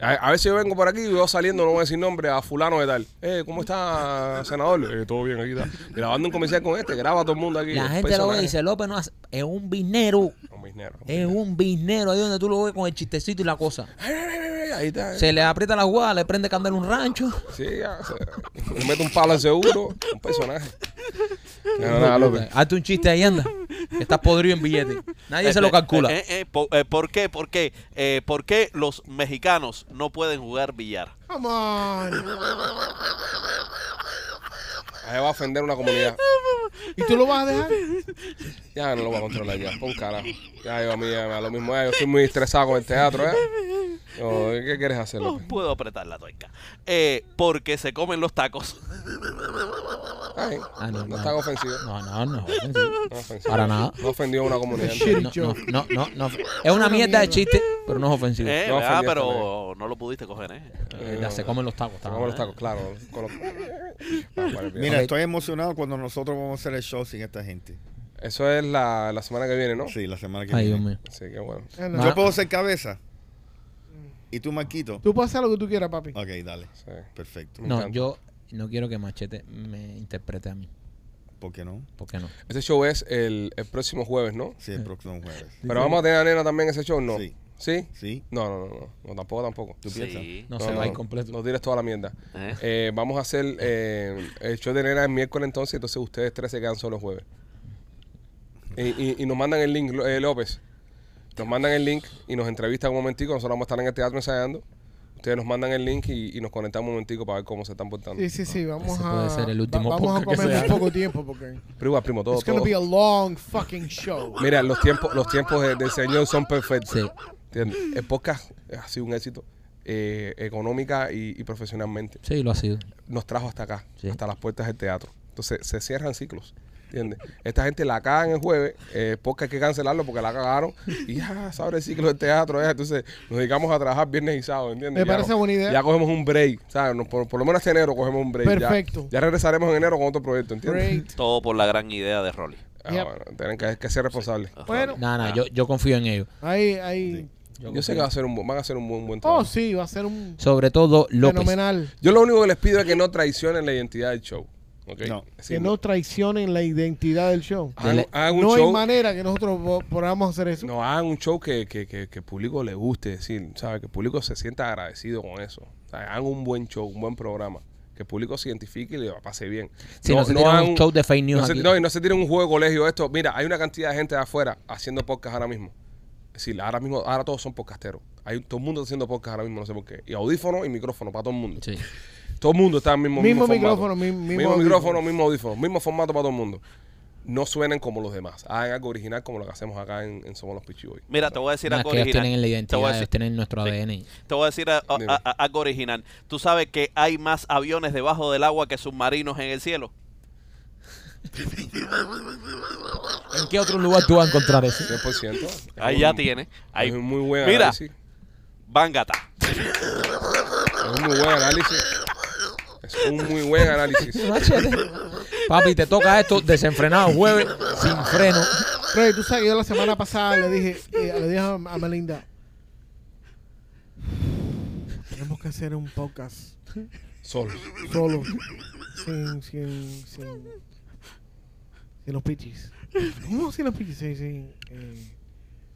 A, a veces yo vengo por aquí y veo saliendo, no voy a decir nombre, a fulano de tal. Eh, ¿cómo está, senador? "Eh, todo bien, aquí está. Grabando un comercial con este, graba a todo el mundo aquí. la el gente lo ve y Eh. personaje. dice, López no hace- es un bisnero, Un bisnero. es un bisnero, ahí donde tú lo ves con el chistecito y la cosa. Ay, ay, ay, ay, Ahí está. eh. Se le aprieta la jugada, le prende candela un rancho. Sí, ya, se- le mete un palo al seguro, un personaje. No, Ah, no, nada, López. Hazte un chiste ahí, anda. que Estás podrido en billete. Nadie se lo Eh, calcula. eh, eh, eh, po- eh, ¿Por qué? ¿Por qué? Eh, ¿Por qué los mexicanos no pueden jugar billar? Come on. Ahí va a ofender una comunidad. ¿Y tú lo vas a dejar? Ya no lo va a controlar ya, pon carajo. Ya yo a mí, ya, a lo mismo, ya, yo estoy muy estresado con el teatro, ¿eh? Yo, ¿Qué quieres hacer, No López? puedo apretar la toica. Eh, porque se comen los tacos. Ay, Ah, no, no, es tan no. ofensivo. No, no, no. No es ofensivo. Para nada. No ofendió a una comunidad. Shit. entera. No, no, no, no, no. Es una mierda de chiste, pero no es ofensivo. Eh, No, ¿verdad? ofendió, pero no lo pudiste coger, ¿eh? Eh, ya se comen los tacos. está Vamos a los mal. tacos, claro. con los- Ah, vale, bien. Mira, Ok. estoy emocionado cuando nosotros vamos a hacer el show sin esta gente. Eso es la, la semana que viene, ¿no? Sí, la semana que Ay, Dios viene. mío. Sí, qué bueno. Eh, Yo no. Ma- puedo ser cabeza. Y tú, Marquito. Tú puedes hacer lo que tú quieras, papi. Ok, dale. Sí. Perfecto. Me No, encanta. yo no quiero que Machete me interprete a mí. ¿Por qué no? ¿Por qué no? Ese show es el, el próximo jueves, ¿no? Sí, el próximo jueves. Pero vamos a tener a Nena también en ese show, ¿no? Sí. ¿Sí? ¿Sí? No, no, no, no, no, tampoco, tampoco. ¿Tú piensas? Sí. No, se va a ir completo. No tires toda la mierda. Eh. Eh, vamos a hacer eh, el show de nena el miércoles entonces, entonces ustedes tres se quedan solos jueves. Y, y- y nos mandan el link, Lo- eh, López. Nos mandan el link y nos entrevistan un momentico. Nosotros vamos a estar en el teatro ensayando. Ustedes nos mandan el link y, y nos conectamos un momentico para ver cómo se están portando. Sí, sí, sí. Vamos Ese a. puede ser el último va- Vamos podcast a que comer se muy haga. poco tiempo porque. Pero igual, primo, todo, It's gonna todo. be a long fucking show. Mira, los tiempos, los tiempos de- del Señor son perfectos. Sí. ¿Entiendes? El podcast ha sido un éxito eh, económica y- y profesionalmente. Sí, lo ha sido. nos trajo hasta acá, Sí. hasta las puertas del teatro. Entonces se cierran ciclos. ¿Entiendes? Esta gente la cagan el jueves, eh, porque hay que cancelarlo porque la cagaron. Y ya se abre el ciclo del teatro. eh. Entonces nos dedicamos a trabajar viernes y sábado. ¿entiendes? Me Ya parece no- buena idea. Ya cogemos un break. ¿sabes? No, Por, por lo menos hasta enero cogemos un break. ya. Perfecto. Ya, regresaremos en enero con otro proyecto. ¿Entiendes? Great. Todo por la gran idea de Rolly. Ah, Yep. bueno, tienen que, que ser responsables. Bueno, No, Ah. no, yo, yo confío en ellos. ahí, ahí. Yo sé que va a ser un, bu- van a hacer un buen, buen trabajo. Oh, sí, va a ser un Sobre todo López. fenomenal. Yo lo único que les pido es que no traicionen la identidad del show. ¿ok? No. Sí, Que no traicionen la identidad del show. hagan- Ah, hagan un No hay show- manera que nosotros po- podamos hacer eso. No, hagan un show que, que, que, que el público le guste, es decir, ¿sabe? Que el público se sienta agradecido con eso. O sea, hagan un buen show, un buen programa. Que el público se identifique y le pase bien. Sí, no se tiren hagan un show de fake news No, se, aquí. no, y no se tiren un juego de colegio esto. Mira, hay una cantidad de gente de afuera haciendo podcast ahora mismo. Es decir, ahora mismo, ahora todos son podcasteros. Hay todo el mundo haciendo podcast ahora mismo, no sé por qué. Y audífono y micrófono para todo el mundo. Sí. Todo el mundo está en el mismo, Mismo formato. micrófono, mi- mismo mismo audífono. micrófono, mismo audífono, mismo formato para todo el mundo. No suenen como los demás. Hagan algo original como lo que hacemos acá en, en Somos los Pichiboy. Mira, te voy a decir Nada, algo que ellos original. tienen la Te voy a identidad, ellos decir- tienen nuestro Sí. ADN. Te voy a decir a- a- Dime. a- algo original. ¿Tú sabes que hay más aviones debajo del agua que submarinos en el cielo? ¿En qué otro lugar tú vas a encontrar eso? 100%. Es Ahí un- ya tiene. Ahí. Es un muy buen Mira, análisis. Bangata. Es un muy buen análisis. Es un muy buen análisis. Machete. Papi, te toca esto desenfrenado jueves, sin freno. Pero tú sabes, yo la semana pasada le dije, eh, le dije a, a Melinda, tenemos que hacer un podcast Solo. solo, sin, sin, sin, sin los pichis. ¿Cómo sin los pichis? Sí, sí. eh,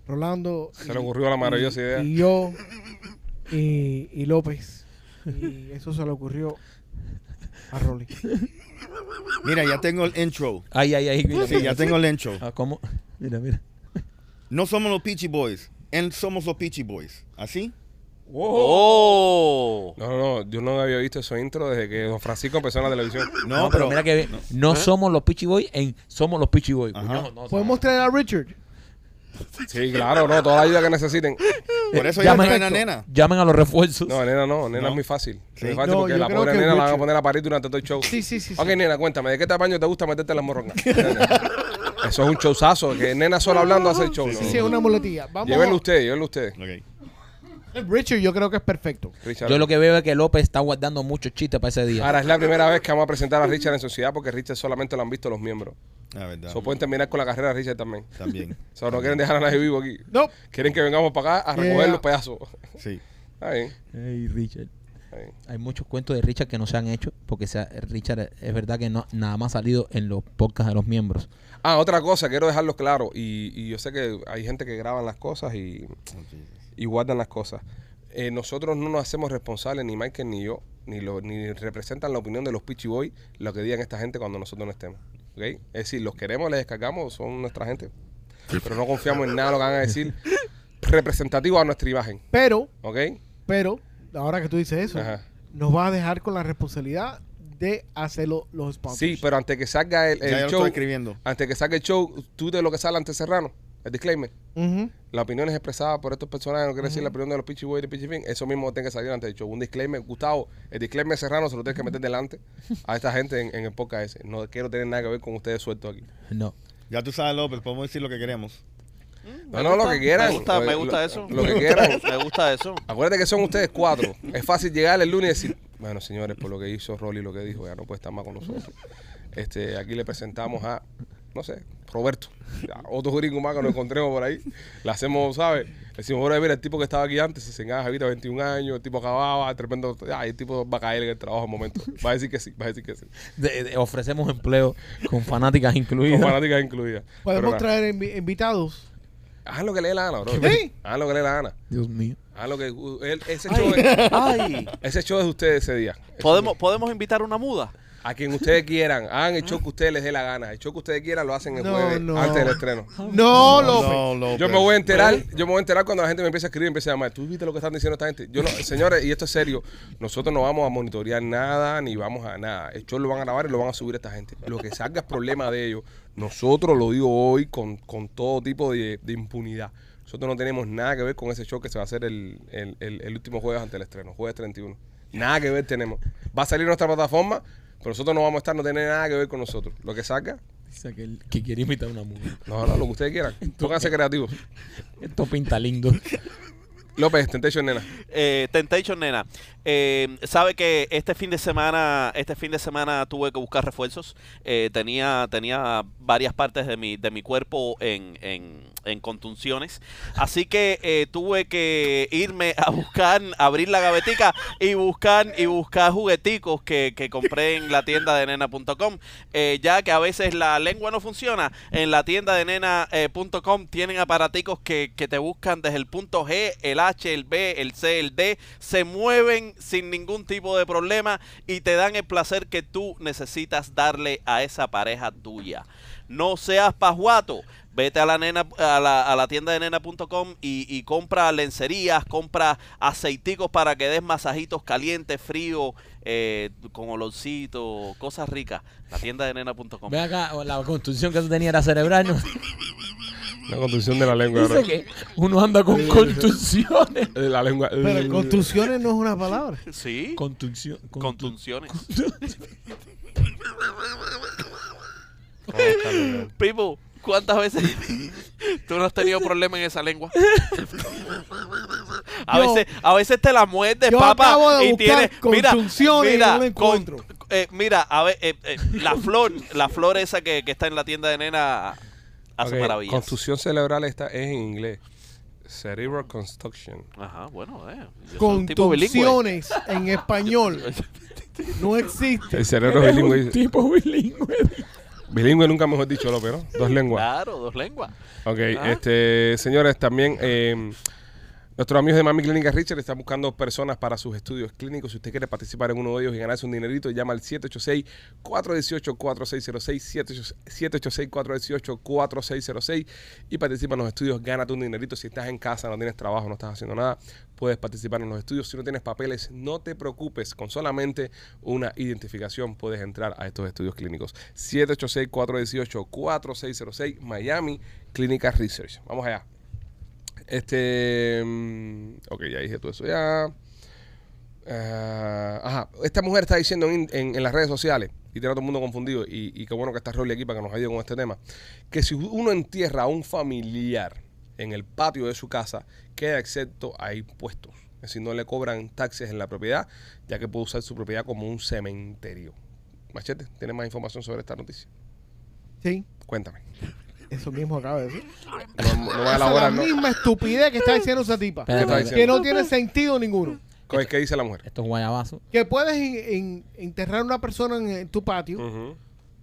Rolando. Se le ocurrió la maravillosa idea. Y yo y, y López. Y eso se le ocurrió a Rolly. Mira, ya tengo el intro. Ay, ay, ay. Mira, Sí, mira. ya tengo el intro. Ah, ¿Cómo? Mira, mira. No somos los Peachy Boys. En somos los Peachy Boys. ¿Así? ¡Oh! No, no, no, yo no había visto eso intro desde que Don Francisco empezó en la televisión. No, pero, mira que no, somos los Pichi Boy en somos los Pichi Boy. ¿Eh? Ajá. No, no, Podemos traer a Richard. Sí, claro, no, toda la ayuda que necesiten. Por eso ya Eh, Llamen, traen a nena. llamen a los refuerzos. No, nena no, nena No. es muy fácil. Sí. Muy fácil No, porque yo la creo pobre que nena la van a Richard- poner a parir durante todo el show. Sí, sí, sí. sí. Ok, nena, cuéntame, ¿de qué tamaño te gusta meterte las morrongas? Eso es un showzazo, que nena solo hablando hace el show. Sí, ¿no? Sí, sí, es una muletilla. Vamos. Llévenlo usted, llévenlo usted. Ok. Richard, yo creo que es perfecto. Richard. Yo lo que veo es que López está guardando muchos chistes para ese día. Ah. Ahora es la primera vez que vamos a presentar a Richard en sociedad porque Richard solamente lo han visto los miembros. La verdad. So pueden terminar con la carrera de Richard también. También. O sea, no quieren dejar a nadie vivo aquí. No. Quieren que vengamos para acá a recoger Yeah. los pedazos. Sí. Ahí, Ey, Richard. ahí. Hay muchos cuentos de Richard que no se han hecho porque sea, Richard es verdad que no, nada más ha salido en los podcasts de los miembros. Ah, otra cosa, quiero dejarlo claro. Y, y yo sé que hay gente que graban las cosas y, y guardan las cosas. Eh, nosotros no nos hacemos responsables, ni Michael ni yo, ni, lo, ni representan la opinión de los Pitchy Boy, lo que digan esta gente cuando nosotros no estemos. ¿ok? Es decir, los queremos, les descargamos, son nuestra gente. Pero no confiamos en nada de lo que van a decir representativo a nuestra imagen. Pero, ¿Ok? pero, ahora que tú dices eso, Ajá. nos vas a dejar con la responsabilidad de hacerlo los sponsors. Sí, pero antes que salga el, el Ya yo lo show, estoy escribiendo. antes que salga el show, tú de lo que sale antes Serrano, el disclaimer. Ujú. Las opiniones expresadas por estos personajes no quiere decir la opinión de los Pichi Boy y de Pichi Fin. Eso mismo tiene que salir antes del show. Un disclaimer, Gustavo, el disclaimer serrano se lo tienes que meter delante a esta gente en, en el podcast ese. No quiero tener nada que ver con ustedes sueltos aquí. No. Ya tú sabes, López, podemos decir lo que queremos. No, no, lo que quieran. Me gusta, Lo- me gusta lo- eso. Lo que quieran. Me gusta eso. Acuérdate que son ustedes cuatro. Es fácil llegar el lunes y decir, bueno, señores, por lo que hizo Rolly, lo que dijo, ya no puede estar más con nosotros. Este, aquí le presentamos a, no sé, Roberto, a otro gringo más que nos encontremos por ahí. Le hacemos, ¿sabes? Le decimos, ahora mira, el tipo que estaba aquí antes, se engaja, Javita, 21 años, el tipo acababa, de repente, ay, el tipo va a caer en el trabajo en un momento. Va a decir que sí, va a decir que sí. De- de- ofrecemos empleo con fanáticas incluidas. Con fanáticas incluidas. Pero Podemos nada, traer invi- invitados. Haz lo que le dé la gana, bro. ¿Sí? Haz lo que le dé la gana. Dios mío. Haz lo que. uh, él- ese, show es, Ay. ese show es de ustedes ese día. ¿Podemos, podemos invitar una muda. A quien ustedes quieran, hagan el show que ustedes les dé la gana. El show que ustedes quieran lo hacen el No, jueves no. antes del estreno. No, López. No, López. Yo me voy a enterar, yo me voy a enterar cuando la gente me empiece a escribir, empiece a llamar. ¿Tú viste lo que están diciendo esta gente? Yo no, señores, y esto es serio, nosotros no vamos a monitorear nada ni vamos a nada. El show lo van a grabar y lo van a subir a esta gente. Lo que salga es problema de ellos. Nosotros lo digo hoy con, con todo tipo de, de impunidad. Nosotros no tenemos nada que ver con ese show que se va a hacer el, el- el- el último jueves ante el estreno, jueves 31. Nada que ver tenemos. Va a salir en nuestra plataforma, pero nosotros no vamos a estar, no tiene nada que ver con nosotros. Lo que salga, Dice que, el- que quiere imitar una mujer. no, no, lo que ustedes quieran. Pónganse creativos. Esto pinta lindo. López, Temptation, nena. Eh, Temptation, nena. Eh, sabe que este fin de semana, este fin de semana tuve que buscar refuerzos. Eh, tenía, tenía varias partes de mi, de mi cuerpo en, en- en contunciones. Así que eh, tuve que irme a buscar, abrir la gavetica y buscar, y buscar jugueticos que, que compré en la tienda de nena.com. Eh, ya que a veces la lengua no funciona, en la tienda de nena.com tienen aparaticos que, que te buscan desde el punto G, el H, el B, el C, el D, se mueven sin ningún tipo de problema y te dan el placer que tú necesitas darle a esa pareja tuya. No seas pajuato. Vete a la nena a la, a la tienda de nena.com y, y compra lencerías, compra aceiticos para que des masajitos calientes, fríos, eh, con olorcito, cosas ricas. La tienda de nena.com. Ve acá, la construcción que tú tenías era cerebral. ¿no? La contusión de la lengua. Dice bro. que uno anda con contusiones. De la lengua. eh, Mm. Pero construcciones no es una palabra. Sí, Contusión. contu- contunciones. No, Carlos, no. Pipo, ¿cuántas veces tú no has tenido problema en esa lengua? A Yo- veces, a veces te la muerdes, yo papá, acabo de y buscar tienes mira, contunciones y mira, no la con- encuentro. eh, mira, a ver, eh, eh, la flor, la flor esa que, que está en la tienda de nena hace Ok, maravillas. Contusión cerebral esta es en inglés. Cerebral construction. Ajá, bueno, eh. yo soy un tipo bilingüe. Contunciones en español no existe. El cerebro Eres bilingüe. un tipo bilingüe. Bilingüe nunca mejor dicho, López, ¿no? Dos lenguas. Claro, dos lenguas. Ok, Ah. este, señores, también eh, Nuestros amigos de Mami Clínica Richard están buscando personas para sus estudios clínicos. Si usted quiere participar en uno de ellos y ganarse un dinerito, llama al 786-418-4606, 786-418-4606 y participa en los estudios. Gánate un dinerito. Si estás en casa, no tienes trabajo, no estás haciendo nada, puedes participar en los estudios. Si no tienes papeles, no te preocupes. Con solamente una identificación puedes entrar a estos estudios clínicos. 786-418-4606, Miami Clínica Research. Vamos allá. Este. mm, Ok, ya dije todo eso ya. Ah, ajá, esta mujer está diciendo en, en- en las redes sociales, y tiene a todo el mundo confundido, y, y qué bueno que está Rolly aquí para que nos ayude con este tema, que si uno entierra a un familiar en el patio de su casa, queda excepto a impuestos. Es decir, no le cobran taxes en la propiedad, ya que puede usar su propiedad como un cementerio. Machete, ¿tienes más información sobre esta noticia? Sí, Cuéntame. eso mismo acaba de decir. No, no va a Esa es la elaborar, ¿no? misma estupidez que está diciendo esa tipa. Espérate, ¿Qué está espérate. Que no tiene sentido ninguno. ¿Qué- ¿Qué dice la mujer? Esto es guayabazo. Que puedes in- in- enterrar a una persona en, en tu patio Mm. Ujú.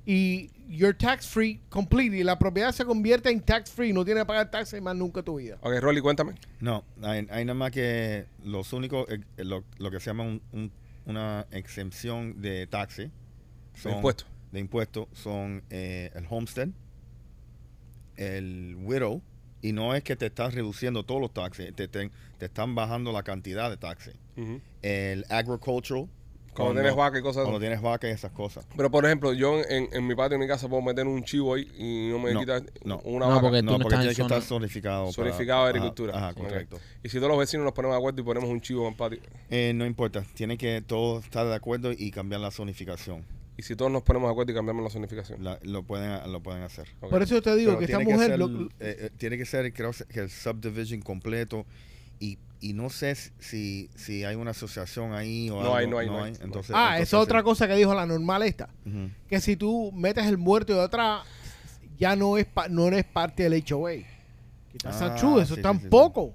y you're tax free completely. La propiedad se convierte en tax free. No tiene que pagar taxes más nunca en tu vida. Ok, Rolly, cuéntame. No, hay, hay nada más que los únicos, eh, eh, lo, lo que se llama un- un- una exención de taxi. De impuesto. De impuestos son eh, el homestead, el widow, y no es que te estás reduciendo todos los taxes, te, te- te están bajando la cantidad de taxes. Ujú. El agricultural. Cuando tienes vaca y cosas. Cuando tienes vaca y esas cosas. Pero por ejemplo, yo en, en mi patio, en mi casa, puedo meter un chivo ahí y no me No, quita no. una No, vaca. porque- tú No, no porque estás en tienes que zona- estar zonificado. para- Zonificado de agricultura. Ajá, ajá, Ok. correcto. Y si todos los vecinos nos ponemos de acuerdo y ponemos un chivo en el patio. Eh, no importa, tiene que todos estar de acuerdo y cambiar la zonificación. Y si todos nos ponemos de acuerdo y cambiamos la zonificación. La- lo, pueden, lo pueden hacer. Ok. Por eso te digo Pero que esta tiene mujer. ser, lo- eh, eh, tiene que ser, creo que el subdivision completo. Y, y no sé si, si hay una asociación ahí o No hay, algo, no hay, no hay. Entonces, ah, entonces esa es otra sí. cosa que dijo la normal esta. Ujú. Que si tú metes el muerto de atrás, ya no, es pa- no eres parte del HOA. Quizás Ah, true, eso sí, sí, sí, sí. tampoco.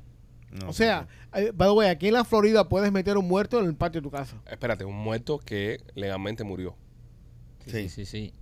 No, o sí, sea, sí. eh, by the way, aquí en la Florida puedes meter un muerto en el patio de tu casa. Espérate, un muerto que legalmente murió. Sí, Sí. sí, sí.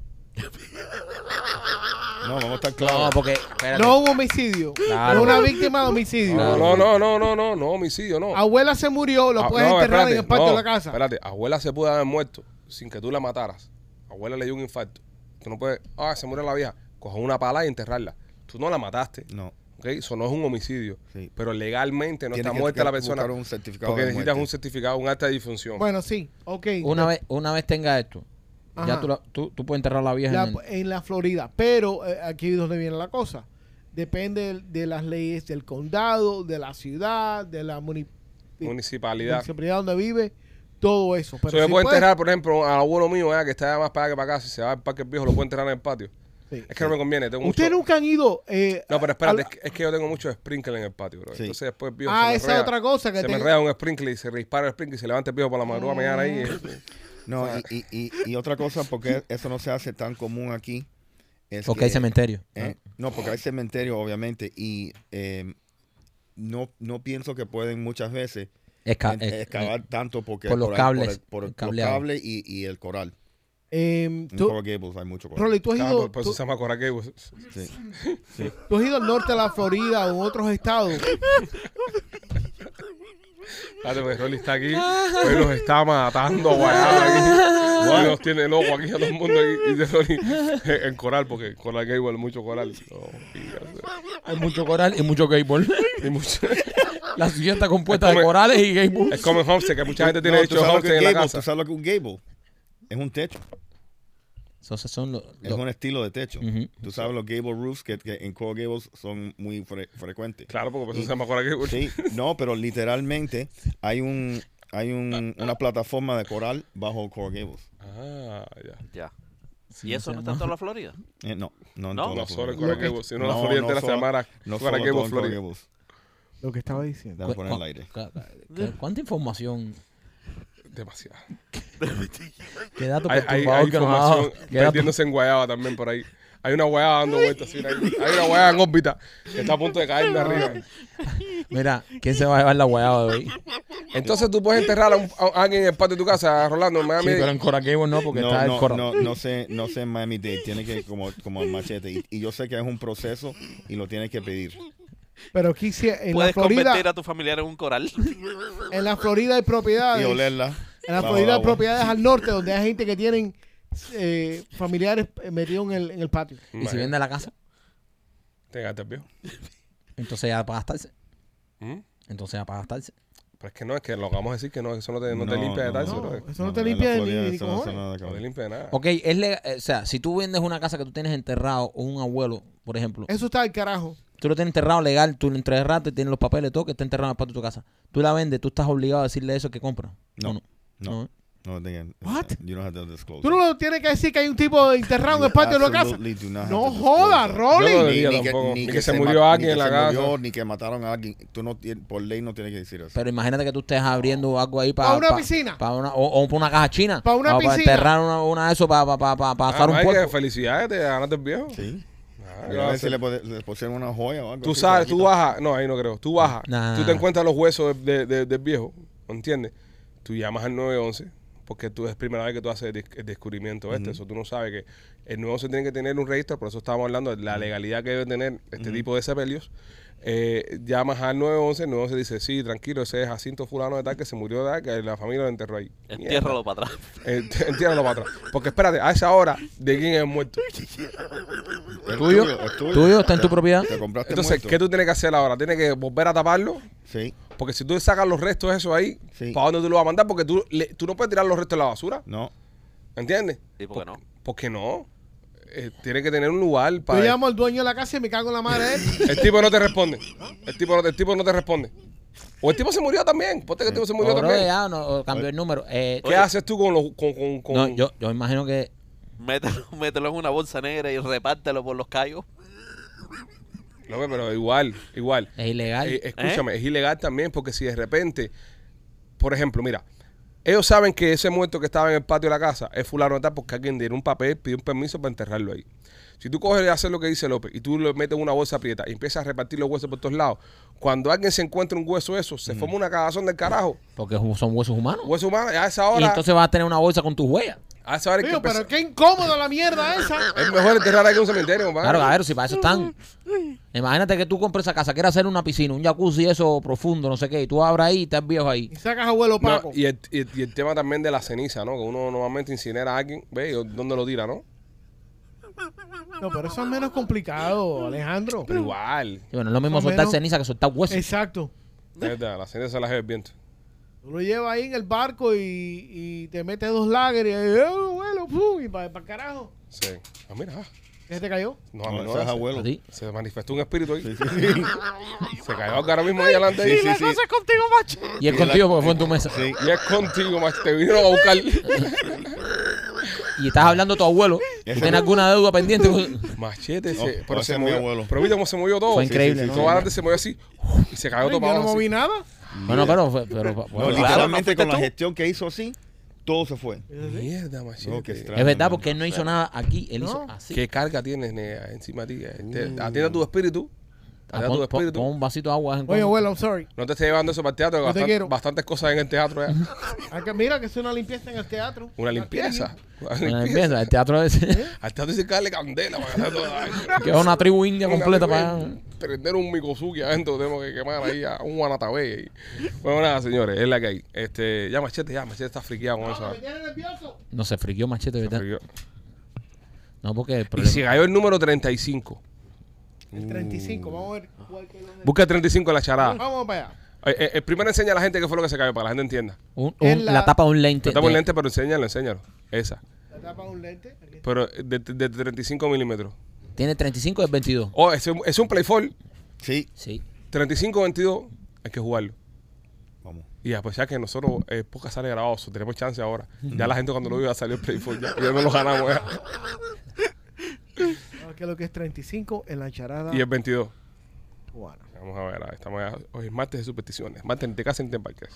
No, vamos a estar No, claros. porque. Espérate. No un homicidio. Claro. No una víctima de homicidio. No, no, no, no, no, no, no, homicidio, no. Abuela se murió, lo Oh. Ah, puedes no, enterrar espérate, en el patio no, de la casa. Espérate, abuela se pudo haber muerto sin que tú la mataras. Abuela le dio un infarto. Tú no puedes, ah, se murió la vieja. Coja una pala y enterrarla. Tú no la mataste. No. ¿ok? Eso no es un homicidio. Sí. Pero legalmente no Tiene está que muerta la persona. buscar un certificado Porque de necesitas un muerte. certificado, un acta de difunción. Bueno, sí, ok. Una vez, una vez tenga esto, Ajá. ya tú, la- tú, tú puedes enterrar a la vieja La- en el- en la Florida. Pero eh, aquí es donde viene la cosa. Depende de, de las leyes del condado, de la ciudad, de la muni- eh, Municipalidad. Yo municipalidad donde vive, todo eso. Pero le si puedo puedes- enterrar, por ejemplo, al abuelo mío, eh, que está más para allá que para acá. Si se va al parque viejo, lo puedo enterrar en el patio. sí. Es que no me conviene. Tengo Ustedes mucho- nunca han ido. eh, No, pero espérate, a- es que, es que yo tengo mucho sprinkle en el patio, bro. Sí. Entonces después el viejo Ah, se me esa rea- otra cosa que Se me te- rea un sprinkle y se dispara el sprinkle y se levanta el viejo por la madrugada mañana ahí. eh. No, y, y, y, y otra cosa, porque eso no se hace tan común aquí. Es Porque que- hay cementerio. ¿eh? No, porque hay cementerio, obviamente, y eh, no, no pienso que pueden muchas veces Esca- en- eh, excavar eh, tanto porque por los ahí- cables, el- por, el- el los cableado. cables y, y el coral. eh, En tú, Coral Gables hay mucho coral. Rolly, ¿tú has, Ah, ido, por, por eso tú- se llama pues. Coral Gables. Sí. tú has ido al norte de la Florida o en otros estados. Espérate, porque Rolly está aquí. Rolly los está matando a guayaba aquí. Rolly los tiene loco aquí a todo el mundo. aquí. Y de Rolly eh, en coral, porque Coral Gables, mucho coral. No, fíjate. Hay mucho coral y mucho gable. Y mucho. la ciudad está compuesta Es como- de corales y gable. Es como en Homestead, que mucha gente tiene No, hecho ¿tú sabes lo que Homestead en es pues, la Gables? casa. ¿Tú sabes lo que es un gable? Es un techo, Entonces son los. es un estilo de techo. Ujú. Tú sabes los gable roofs que, que en Coral Gables son muy fre- frecuentes. Claro, porque por eso se llama Coral Gables. Sí, no, pero literalmente hay un hay un- una plataforma de coral bajo Coral Gables. Ah, ya. Ya. ¿Y eso no está en toda la Florida? Eh, no, no, en No. toda la No solo en Florida. Coral Gables, sino la No, Florida no entera se solo- llamará no solo Coral todo en Gables, Coral Florida. Gables. Lo que estaba diciendo. Te voy a poner al aire. ¿Cuánta información? Demasiado. ¿Qué dato Hay, hay, hay perturbador que nos ha dado? información ¿Qué dato- perdiéndose en Guayaba también por ahí. Hay una guayaba dando vueltas. sí, mira, Hay hay una guayaba en órbita que está a punto de caer de arriba. Mira, ¿quién se va a llevar la guayaba de hoy? Entonces tú puedes enterrar a, un- a alguien en el patio de tu casa, Rolando, en Sí, Miami. pero en Coral Gables no, porque No, está el no, coral. no, no sé, no sé Miami Dade, tiene que como como el machete y, y yo sé que es un proceso y lo tienes que pedir. Pero quisiera. En la Puedes convertir Florida. a tu familiar en un coral. En la Florida hay propiedades. Y olerla. En la Wow, Florida hay wow. propiedades al norte donde hay gente que tienen eh, familiares eh, metidos en el, en el patio. Y si vende la casa, Te gastas, viejo. entonces ya para gastarse. ¿Mm? Entonces ya para gastarse. Pero es que no, es que lo que vamos a decir que no, eso no te, no te limpia de tal, no. bro. Eso no te limpia de ni- ni cojones. no te cojones. limpia de nada. Ok, es lega- eh, o sea, si tú vendes una casa que tú tienes enterrado o un abuelo, por ejemplo, Eso está al carajo. tú lo tienes enterrado legal, tú lo enterraste, tienes los papeles, todo que está enterrado en el patio de tu casa. Tú la vendes, tú estás obligado a decirle eso que compra. No, ¿O no? No, ¿eh? no, no. What? You don't have to disclose. Tú no lo tienes que decir que hay un tipo enterrado en el patio de la casa. Absolutely do not have No to disclose joda, that. Yo no Rolly. lo diría tampoco. Ni, que, se murió ma- ni alguien que en la se casa. murió, ni que mataron a alguien. Tú no tienes, por ley no tienes que decir eso. Pero imagínate que tú estés abriendo algo ahí para. Pa' una piscina. Para una, o, o para una caja china. Pa' una o piscina. Para enterrar una, una de eso, para, para, para, para Ah, asar un Mike, puerco. felicidades, te ganaste el viejo. sí. Ah, Mira, a ver gracias. si le, pode- le pusieron una joya o algo. Tú así, sabes, por tú bajas, no, ahí no creo, tú bajas, Nah. tú te encuentras los huesos de- de- de- del viejo, ¿entiendes? Tú llamas al 911, porque tú es primera vez que tú haces el, dis- el descubriguimiento este, eso tú no sabes que el 911 tiene que tener un registro, por eso estábamos hablando de la legalidad que debe tener este tipo de sepelios. Eh, llamas al 911, el 911 dice, sí, tranquilo, ese es Jacinto fulano de tal que se murió de tal, que la familia lo enterró ahí. Entiérralo para atrás. Eh, Entiérralo para atrás. Porque espérate, a esa hora, ¿de quién es el muerto? Es Tuyo, es tuyo, está en tu Te- propiedad. Te compraste Entonces, Este muerto. ¿qué tú tienes que hacer ahora? ¿Tienes que volver a taparlo? Sí. Porque si tú sacas los restos eso ahí, Sí. ¿para dónde tú lo vas a mandar? Porque tú, le- tú no puedes tirar los restos a la basura, No. ¿entiendes? Sí, ¿por qué no? Porque no. Eh, tiene que tener un lugar Yo para... llamo al dueño de la casa y me cago en la madre de él. El tipo no te responde. El tipo no, el tipo no te responde. O el tipo se murió también. Ponte que el tipo se murió O, bro, también. ya, no, o cambió el número. Eh, ¿Qué haces tú con los... Con, con, con- no, yo, yo imagino que. Mételo, mételo en una bolsa negra y repártelo por los callos. No, pero igual, igual. Es ilegal. Eh, escúchame, es ilegal también porque si de repente, por ejemplo, mira, ellos saben que ese muerto que estaba en el patio de la casa es fulano de tal porque alguien dio un papel, pidió un permiso para enterrarlo ahí. Si tú coges y haces lo que dice López y tú lo metes en una bolsa aprieta y empiezas a repartir los huesos por todos lados, cuando alguien se encuentra un hueso de eso, Mm. se forma una cagazón del carajo. Porque son huesos humanos. Hueso humano, a esa Y hora, entonces vas a tener una bolsa con tus huellas. a esa hora hay que Digo, pero empezar- qué incómodo la mierda esa. es mejor enterrar aquí en un cementerio, compadre. Claro, a ver, si para eso están. Imagínate que tú compres esa casa, quieres hacer una piscina, un jacuzzi, eso profundo, no sé qué, y tú abras ahí y estás viejo ahí. Y sacas abuelo No, Paco. y, el, y el- y el tema también de la ceniza, ¿no? Que uno normalmente incinera a alguien, ve, y ¿dónde lo tira, no? No, pero eso es menos complicado, Alejandro. Pero igual, Y bueno, es lo mismo Más o soltar menos. ceniza que soltar huesos. Exacto. Es verdad, la ceniza se la lleva el viento. Tú lo llevas ahí en el barco y, y te metes dos lágrimas y, eh, abuelo, pum, y para carajo. Sí. Ah, mira. ah. ¿Qué te cayó? No, No, no, ese es no, abuelo. Así. se, se manifestó un espíritu ahí. Sí, sí, sí. Se cayó ahora mismo ahí adelante. Sí, sí, ahí. sí. Y es contigo porque fue en tu mesa. Sí. Y es contigo, macho. Te vinieron a buscar. Y estás hablando a tu abuelo. ¿Tú tienes alguna deuda pendiente? Machete. No, ese- pero ahora se es mi movió. abuelo. Pero viste cómo se movió todo. Fue increíble, Sí, sí, ¿no? sí. Todo adelante se movió así. Y se cayó Ay, yo todo para no abajo. moví así. nada. Bueno, pero. fue- pero, fue- No, Claro, literalmente ¿no fuiste con la tú? gestión que hizo así, todo se fue. Mierda, machete. No, qué extraño, es verdad, hermano. porque él no hizo nada aquí, él hizo No. así. ¿Qué carga tienes nega, encima de ti? Este, Atiende a tu espíritu. Ah, Atiende a tu pon, pon- espíritu. pon un vasito de agua. de vez en Oye, cuando. abuelo, I'm sorry. No te estés llevando eso para el teatro. que No te bastan- quiero. bastantes cosas en el teatro. ya. Acá, mira que es una limpieza en el teatro. Una limpieza. Una Bueno, limpieza. empieza, el teatro es, Al teatro dice que darle candela para gastar todo. que es una tribu india completa para Una- Prender un Mikosuki adentro, tenemos que quemar ahí a un Anatabe. Bueno, nada, señores, es la que hay. Este, ya Machete, ya Machete está friqueado con eso. Ah, Me tiene nervioso. No se friquió machete, ¿verdad? Está friqueado. No, porque el Y se problema. cayó el número 35. Uh. El 35, vamos a ver. cuál que es el- Busca el 35 en la charada. Vamos para allá. Eh, eh, eh, primero enseña a la gente qué fue lo que se cayó para que la gente entienda. un- en un- la- la... tapa de un lente. Está por de- lente, pero enséñalo, enséñalo. Esa. La tapa de un lente. aquí está. Pero eh, de, de 35 milímetros. Tiene 35 y es 22. Oh, es un, es un play four. Sí. Sí. 35-22, hay que jugarlo. Vamos. Y a pesar que nosotros, eh, podcast sale grabado, so tenemos chance ahora. Ya la gente cuando lo vio salió el play four, ya, ya no lo ganamos. ya. Vamos a ver lo Ah, que es 35 en la charada Y el 22. cubana. Vamos a ver, ahí estamos ya. Hoy es martes de supersticiones. Martes ni te cases ni te embarques.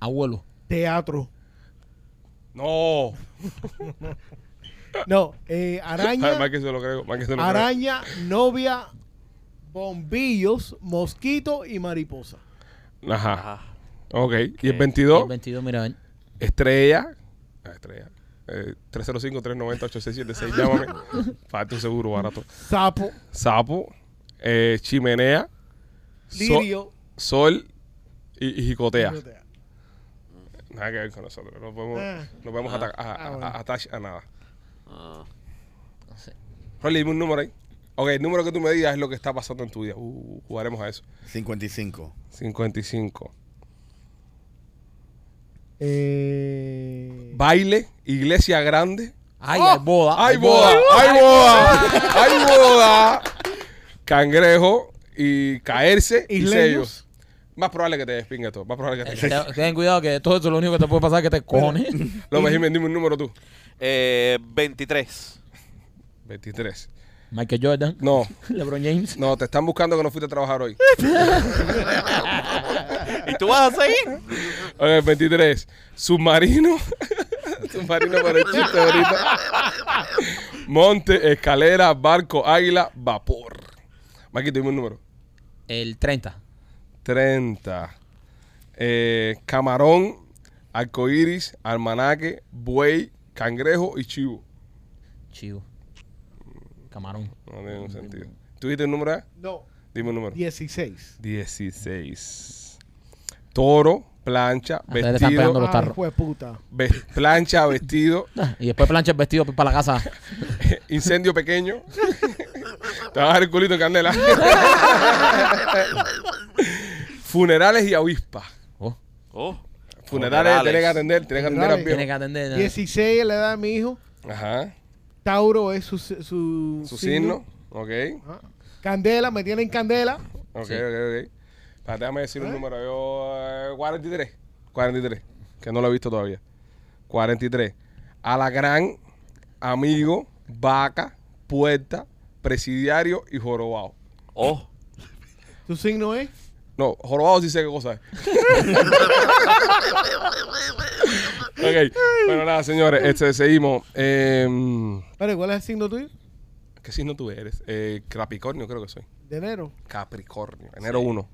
Abuelo. Teatro. No. No, eh, Ay, araña, Mike, eso lo creo. Mike, eso lo creo. araña, novia, bombillos, mosquito y mariposa. Ajá. Ajá. Ok. Y el El 22, 22, mira, ven. estrella. Ah, estrella. Eh, 305-390-8676. Llámame. Falta un seguro barato. Sapo, Sapo. eh, chimenea, so- Lirio. sol y, y jicotea. Nada que ver con nosotros. No podemos, Ah. no podemos Ah. ata- a, Ah, a- bueno. attach a nada. Ah. No sé. Rolly, dime un número ahí. Ok, el número que tú me digas es lo que está pasando en tu vida. Uh, jugaremos a eso. 55. 55. Eh, Baile, iglesia grande. Ay, ¡Oh! Ah, hay boda. ¡Ay, boda! ¡Ay, boda! ¡Ay, boda! Cangrejo y caerse y ¿Isleños? sellos. Más probable que te despingue todo. Más probable que Eh, te caigas. te- Ten cuidado que todo esto lo único que te puede pasar es que te cojones. López Jiménez, dime un número tú. Eh, 23. 23. Michael Jordan. No, LeBron James. no, te están buscando que no fuiste a trabajar hoy. ¿Y tú vas a seguir? Ok, 23. Submarino. Submarino para el chiste ahorita. Monte, escalera, barco, águila, vapor. Maquito, dime un número. El 30. 30. Eh, camarón, arcoíris, almanaque, buey, cangrejo y chivo. Chivo. Camarón. No tiene ningún sentido. ¿Tuviste el número? A? no, Dime un número. 16. 16. Toro, plancha, Ah, ustedes le están pegando vestido. los Ah, tarros. hijo de puta. ve- plancha, vestido, Ah, Y después plancha el vestido para la casa. incendio pequeño. Te va a bajar el culito en candela. Funerales y avispa. Oh, Oh. Funerales, tenés que Funerales. atender, tenés que atender Funerales. al tiene que viejo. atender. 16 es la edad de mi hijo. Ajá. Tauro es su, su, Su signo. Ok. Ajá. Candela, me tienen candela. Ok, Sí. ok, ok. Espérate, déjame decir un ¿Eh? número. Yo, eh, 43. 43. Que no lo he visto todavía. 43. Alacrán, amigo, vaca, puerta, presidiario y jorobado. Oh. Tu signo es. No, jorobado sí sé qué cosa es. ok. Bueno, nada, señores. Este, seguimos. Em, Pero, ¿cuál es el signo tuyo? ¿Qué signo tú eres? Eh, Capricornio creo que soy. De enero. Capricornio. Enero 1.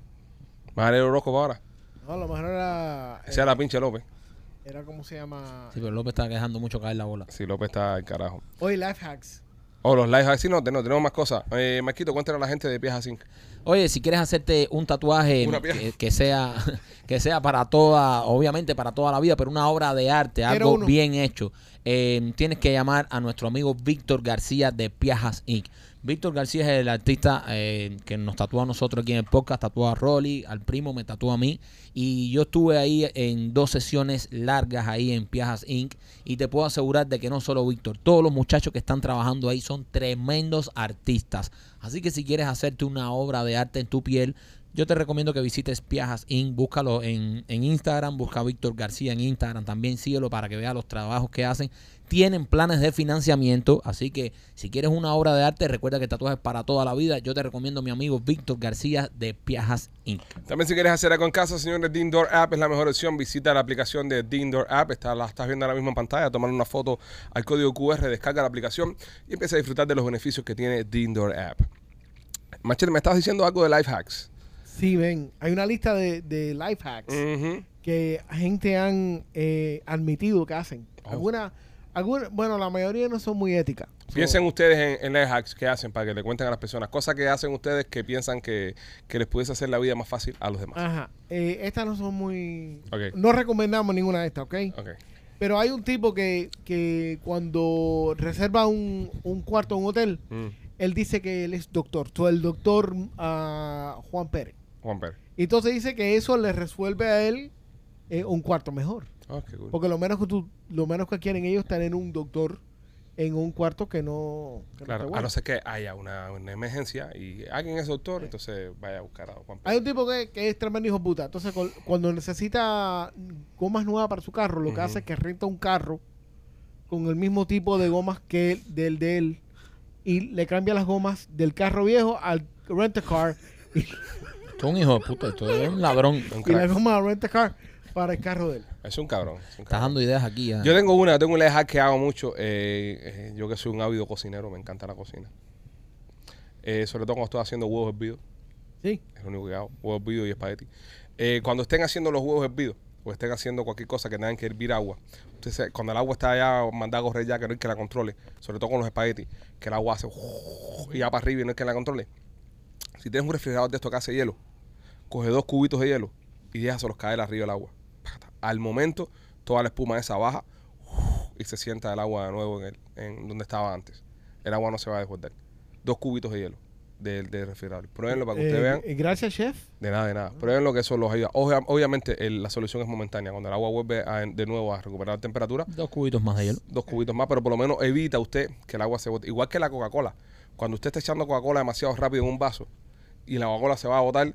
Más enero horóscopo ahora. No, a lo mejor era. Sea la pinche López. Era como se llama. Sí, pero López está dejando mucho caer la bola. Sí, López está al carajo. Hoy Life Hacks. O los live hacks, sí, no, te- no, tenemos más cosas. Eh, Marquito, cuéntale a la gente de Pies a Zinc. Oye, si quieres hacerte un tatuaje Una que, pieza. que sea que sea para toda, obviamente para toda la vida, pero una obra de arte, Quiero algo uno. bien hecho, eh, tienes que llamar a nuestro amigo Víctor García de Piajas Inc. Víctor García es el artista eh, que nos tatúa a nosotros aquí en el podcast, tatúa a Rolly, al primo, me tatúa a mí. Y yo estuve ahí en dos sesiones largas ahí en Piajas Inc. Y te puedo asegurar de que no solo Víctor, todos los muchachos que están trabajando ahí son tremendos artistas. Así que si quieres hacerte una obra de arte en tu piel, yo te recomiendo que visites Piajas Inc. Búscalo en, en Instagram, busca a Víctor García en Instagram. También síguelo para que veas los trabajos que hacen. Tienen planes de financiamiento, así que si quieres una obra de arte, recuerda que tatuajes para toda la vida. Yo te recomiendo a mi amigo Víctor García de Piajas Inc. También si quieres hacer algo en casa, señores, Dindor App es la mejor opción. Visita la aplicación de Dindor App. Está, la estás viendo ahora mismo en pantalla. Tomar una foto al código QR, descarga la aplicación y empieza a disfrutar de los beneficios que tiene Dindor App. Machete, me estabas diciendo algo de life hacks. Sí, ven. Hay una lista de, de Life Hacks Ujú. que gente han eh, admitido que hacen. Oh. Algunas, alguna, bueno, la mayoría no son muy éticas. So, Piensen ustedes en, en life hacks que hacen para que le cuenten a las personas. Cosas que hacen ustedes que piensan que, que les pudiese hacer la vida más fácil a los demás. Ajá. Eh, estas no son muy. Ok. No recomendamos ninguna de estas, ¿ok? Ok. Pero hay un tipo que, que cuando reserva un, un cuarto en un hotel, Mm. él dice que él es doctor. So, el doctor ah, Juan Pérez. Juan Pérez. Y Entonces dice que eso le resuelve a él eh, un cuarto mejor. Ah, qué cool. Porque lo menos que tú, lo menos que quieren ellos es tener un doctor en un cuarto que no, que no te Claro, a guarde. no ser que haya una, una emergencia y alguien es doctor, entonces vaya a buscar a Juan Hay Pérez. un tipo que, que es tremendo hijo de puta. Entonces, col- cuando necesita gomas nuevas para su carro, lo que Ujú. hace es que renta un carro con el mismo tipo de gomas que el del de él y le cambia las gomas del carro viejo al rent a car Tú un hijo de puta, tú eres un ladrón. Un y las crack. gomas al rent a car para el carro de él. Es un cabrón. es un Estás cabrón. dando ideas aquí. ya. Yo tengo una, yo tengo un hack que hago mucho. eh, eh, yo que soy un ávido cocinero, me encanta la cocina. Eh, sobre todo cuando estoy haciendo huevos hervidos. Sí. Es lo único que hago. Huevos hervidos y espagueti. Eh, cuando estén haciendo los huevos hervidos o estén haciendo cualquier cosa que tengan que hervir agua. Entonces, cuando el agua está ya mandada a correr ya, que no hay que la controle. Sobre todo con los espaguetis, que el agua hace y va para arriba y no hay que la controle. Si Si tienes un refrigerador de esto que hace hielo, coge dos cubitos de hielo y déjaselos caer arriba del agua. Pata. Al momento, toda la espuma esa baja uf, y se sienta el agua de nuevo en, el- en donde estaba antes. El agua no se va a desbordar. Dos cubitos de hielo del del refrigerador. Pruébenlo para que ustedes Eh, vean. eh, gracias, chef. De nada, de nada. Pruébenlo que eso los ayuda. Obvia- obviamente, el- la solución es momentánea. Cuando el agua vuelve a- de nuevo a recuperar temperatura, Dos cubitos más de hielo. dos cubitos más, pero por lo menos evita usted que el agua se bote. Igual que la Coca-Cola. Cuando usted está echando Coca-Cola demasiado rápido en un vaso y la Coca-Cola se va a botar,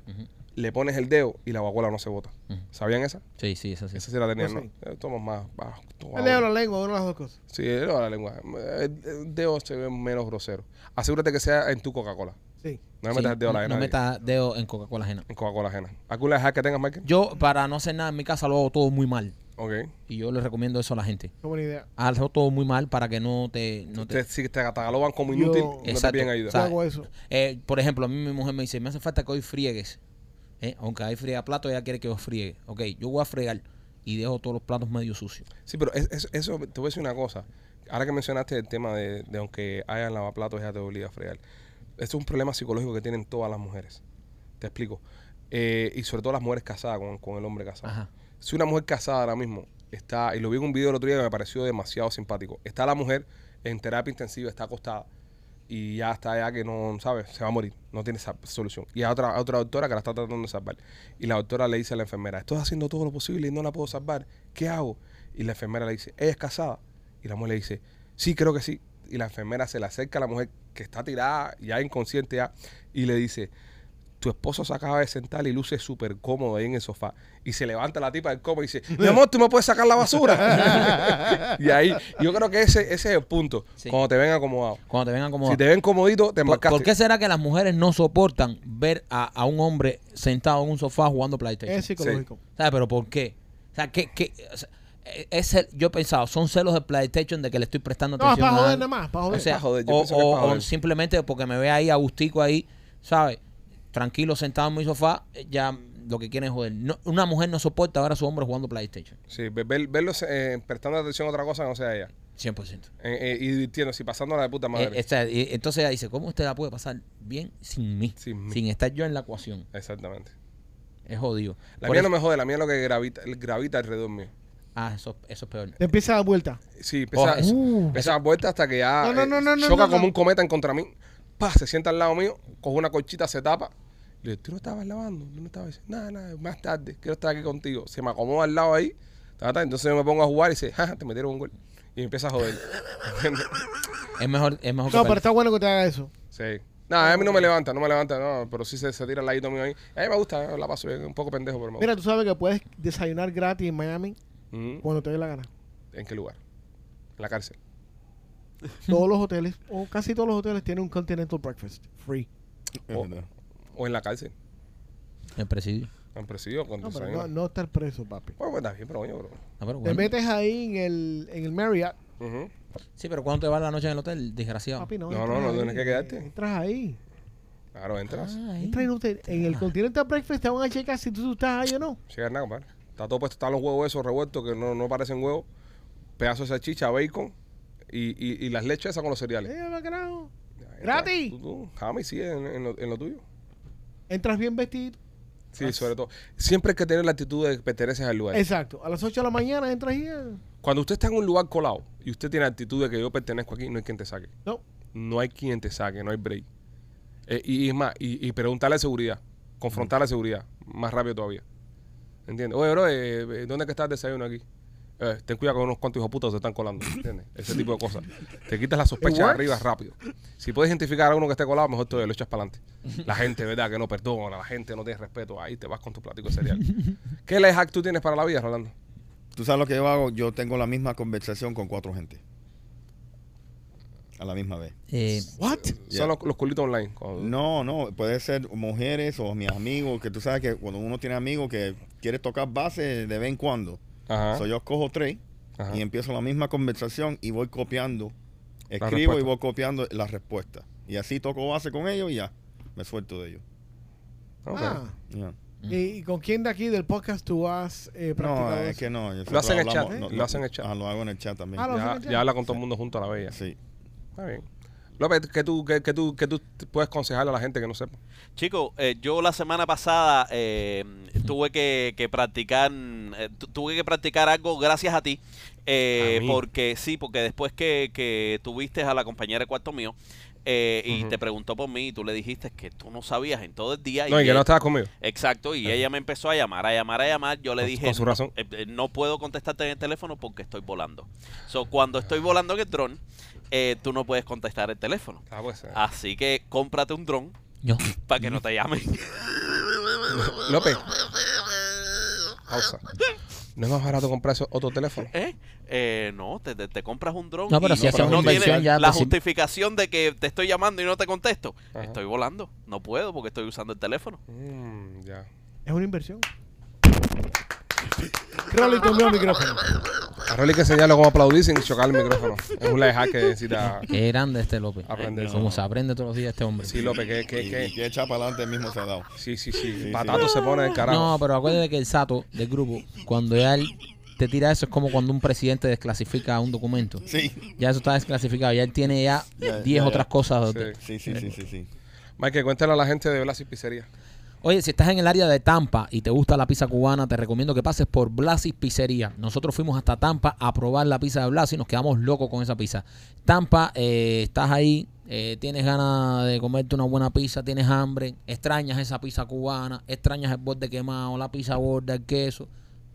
le pones el dedo y la Coca-Cola no se bota. ¿Sabían esa? Sí, sí, es así. Esa sí la tenían, No ¿no? sé. Eh, Tomas más. ah, toma Él le ahora. la lengua, una de las dos cosas. Sí, le la lengua. Eh, El dedo se ve menos grosero. Asegúrate que sea en tu Coca-Cola. Sí. No le Sí, metas el dedo a la de no nadie. metas dedo en Coca-Cola ajena. En Coca-Cola ajena. ¿Alguna dejar que tengas, Michael? Yo, para no hacer nada en mi casa, lo hago todo muy mal. Ok. Y yo le recomiendo eso a la gente. Qué buena idea. Hazlo todo muy mal para que no te... No te Te- si te catalogan como Yo- inútil, no te Exacto. piden ayuda. O sea, Yo hago eso. eh, por ejemplo, a mí mi mujer me dice, me hace falta que hoy friegues. ¿eh? Aunque hay friega plato, ella quiere que yo friegue. Ok, yo voy a fregar y dejo todos los platos medio sucios. sí, pero es- es- eso, te voy a decir una cosa. Ahora que mencionaste el tema de, de aunque hayan lavaplatos, ya te obliga a fregar. Esto es un problema psicológico que tienen todas las mujeres. Te explico. Eh, y sobre todo las mujeres casadas con, con el hombre casado. Ajá. Si una mujer casada ahora mismo está, y lo vi en un video el otro día que me pareció demasiado simpático, está la mujer en terapia intensiva, está acostada y ya está ya que no, ¿sabes? Se va a morir, no tiene sa- solución. Y a otra, a otra doctora que la está tratando de salvar. Y la doctora le dice a la enfermera, estoy haciendo todo lo posible y no la puedo salvar, ¿qué hago? Y la enfermera le dice, ella es casada. Y la mujer le dice, sí, creo que sí. Y la enfermera se le acerca a la mujer que está tirada, ya inconsciente ya, y le dice, tu esposo se acaba de sentar y luce súper cómodo ahí en el sofá. Y se levanta la tipa del coma y dice, mi amor, tú me puedes sacar la basura. y ahí, yo creo que ese, ese es el punto. Sí. Cuando te ven acomodado. Cuando te ven acomodados. Si te ven comodito, te ¿Por, embarcaste. por qué será que las mujeres no soportan ver a, a un hombre sentado en un sofá jugando PlayStation? Es psicológico. ¿Sabes? Pero ¿por qué? O sea, ¿qué, qué- o sea, eh, es el- yo he pensado, son celos de PlayStation de que le estoy prestando No, es atención. para a joder algo. nada más, para O joder. sea, Pa' joder, yo o, pienso que es o- pa' o joder. simplemente porque me ve ahí a gustico ahí, ¿sabes? Tranquilo, sentado en mi sofá, eh, ya lo que quieren es joder. No- una mujer no soporta ver a su hombre jugando PlayStation. Sí, ve- ver- verlos eh, prestando atención a otra cosa que no sea ella. 100%. Eh, eh, y divirtiéndose y pasándola de puta madre. Eh, esta- y- entonces ella dice, ¿cómo usted la puede pasar bien sin mí? Sin mí. Sin estar yo en la ecuación. Exactamente. Es jodido. La Por mía eso- no me jode, la mía es lo que gravita, gravita alrededor mío. Ah, eso, eso es peor. Te empieza a dar vuelta. Sí, pesa, Oh, eso- uh, pesa vuelta hasta que ya No, no, eh, no, no, no, choca no, como no. un cometa en contra mí. Pa, se sienta al lado mío, coge una colchita, se tapa. Le digo, tú no estabas lavando, tú no estabas diciendo, nada, nada, más tarde, quiero estar aquí contigo. Se me acomoda al lado ahí, ta, ta, entonces yo me pongo a jugar y dice, jaja, te metieron un gol. Y me empieza a joder. ¿Entiendes? Es mejor, es mejor que No, pero perder. está bueno que te haga eso. sí. Nada, a mí no me levanta, no me levanta, no, pero sí se, se tira al ladito mío ahí. A mí me gusta, eh, la paso bien, un poco pendejo, pero me gusta. Mira, tú sabes que puedes desayunar gratis en Miami Mm, cuando te dé la gana. ¿En qué lugar? En la cárcel. Todos los hoteles, o casi todos los hoteles, tienen un Continental Breakfast. Free. Oh. O en la cárcel. el presidio. En presidio, con No, pero desayuno. no, no estar preso, papi. Bueno, pues está bien, pero coño, bro. No, pero Te bueno. metes ahí en el, en el Marriott, Ujú. Sí, pero ¿cuándo te vas la noche en el hotel? Desgraciado. papi, no. No, no, entras no ahí, tienes que quedarte. Entras ahí. Claro, entras. Ay. Entras en, un hotel. en el Continental Breakfast te van a checar si tú, tú estás ahí o no. Llega nada, compadre. Está todo puesto, están los huevos esos revueltos que no, no parecen huevos. Pedazos de salchicha, bacon y, y, y las leches esas con los cereales. Eh, va, carajo. Ya, entra. ¡Gratis! Tú, tú, Jamás sí, en, en lo, en lo tuyo. Entras bien vestido. Sí, Ah. sobre todo. Siempre hay que tener la actitud de que perteneces al lugar. Exacto. A las 8 de la mañana entras ahí. eh. Cuando usted está en un lugar colado y usted tiene la actitud de que yo pertenezco aquí, no hay quien te saque. No. No hay quien te saque, no hay break. Eh, y, y es más, y, y preguntarle a seguridad, confrontar a la seguridad, más rápido todavía. ¿Entiendes? Oye, bro, eh, eh, ¿dónde es que está el desayuno aquí? Eh, ten cuidado con unos cuantos hijos putos que se están colando, ¿entiendes? Ese tipo de cosas. Te quitas la sospecha de arriba rápido. Si puedes identificar a uno que esté colado, mejor todavía lo echas para adelante. La gente, ¿verdad? Que no perdona, la gente no tiene respeto. Ahí te vas con tu platico de cereal. ¿Qué life hack tú tienes para la vida, Rolando? Tú sabes lo que yo hago. Yo tengo la misma conversación con cuatro gente. A la misma vez. Eh, What? Yeah. Son los, los culitos online. Cuando- No, no, puede ser mujeres o mis amigos, que tú sabes que cuando uno tiene amigos que quiere tocar base de vez en cuando. Ajá. So, yo cojo tres Ajá. y empiezo la misma conversación y voy copiando. Escribo respuesta. y voy copiando las respuestas. Y así toco base con ellos y ya, me suelto de ellos. Ok. Ah. Yeah. ¿Y, y con quién de aquí del podcast tú has eh, practicado? No, es eso? que no. nosotros Lo hacen en el chat, hablamos- no, ¿eh? Lo no, hacen en el chat. Ah, lo hago en el chat también. Ah, lo- Ya, ya habla con todo el mundo junto a la bella. Sí. Está bien. López, ¿qué tú, qué, qué tú, qué tú te puedes aconsejarle a la gente que no sepa? Chico, eh, yo la semana pasada eh, tuve que, que practicar, eh, tu- tuve que practicar algo gracias a ti, eh, A mí. porque sí, porque después que, que tuviste a la compañera de cuarto mío eh, y Ujú. te preguntó por mí y tú le dijiste que tú no sabías en todo el día. No, y que que- no estabas conmigo. Exacto, y ella me empezó a llamar, a llamar, a llamar. Yo le Con- dije, con su razón. "Eh, eh, no puedo contestarte en el teléfono porque estoy volando. So, cuando estoy volando en el dron, eh, tú no puedes contestar el teléfono. Ah, pues, eh. Así que cómprate un dron Yo. para que no te llamen. López. Pausa. ¿No es más barato comprar eso- otro teléfono? ¿Eh? Eh, no, te, te- te compras un dron. No, pero y si haces una tiene inversión ya pues, La te sirve. justificación de que te estoy llamando y no te contesto. Ajá. Estoy volando. No puedo porque estoy usando el teléfono. Mm, ya. Es una inversión. Rolly tumbó el micrófono. A Rolly hay que enseñarle cómo aplaudir sin chocar el micrófono. Es un life hack que necesita. Qué grande este López. Aprende eso. Como se aprende todos los días este hombre. Sí, López, que, que, Y, y que. que echa para adelante mismo se ha dado. Sí, sí, sí. sí. Patato se pone del No, carajo. pero acuérdate que el sato del grupo, cuando ya él te tira eso, es como cuando un presidente desclasifica un documento. Sí. Ya eso está desclasificado, ya él tiene ya Ya, 10 ya, otras ya. cosas. Sí. Sí, sí, sí, sí, sí. Mike, cuéntale a la gente de Blasi Pizzería. Oye, si estás en el área de Tampa y te gusta la pizza cubana, te recomiendo que pases por Blasis Pizzería. Nosotros fuimos hasta Tampa a probar la pizza de Blasis y nos quedamos locos con esa pizza. Tampa, eh, estás ahí, eh, tienes ganas de comerte una buena pizza, tienes hambre, extrañas esa pizza cubana, extrañas el borde quemado, la pizza gorda, el queso.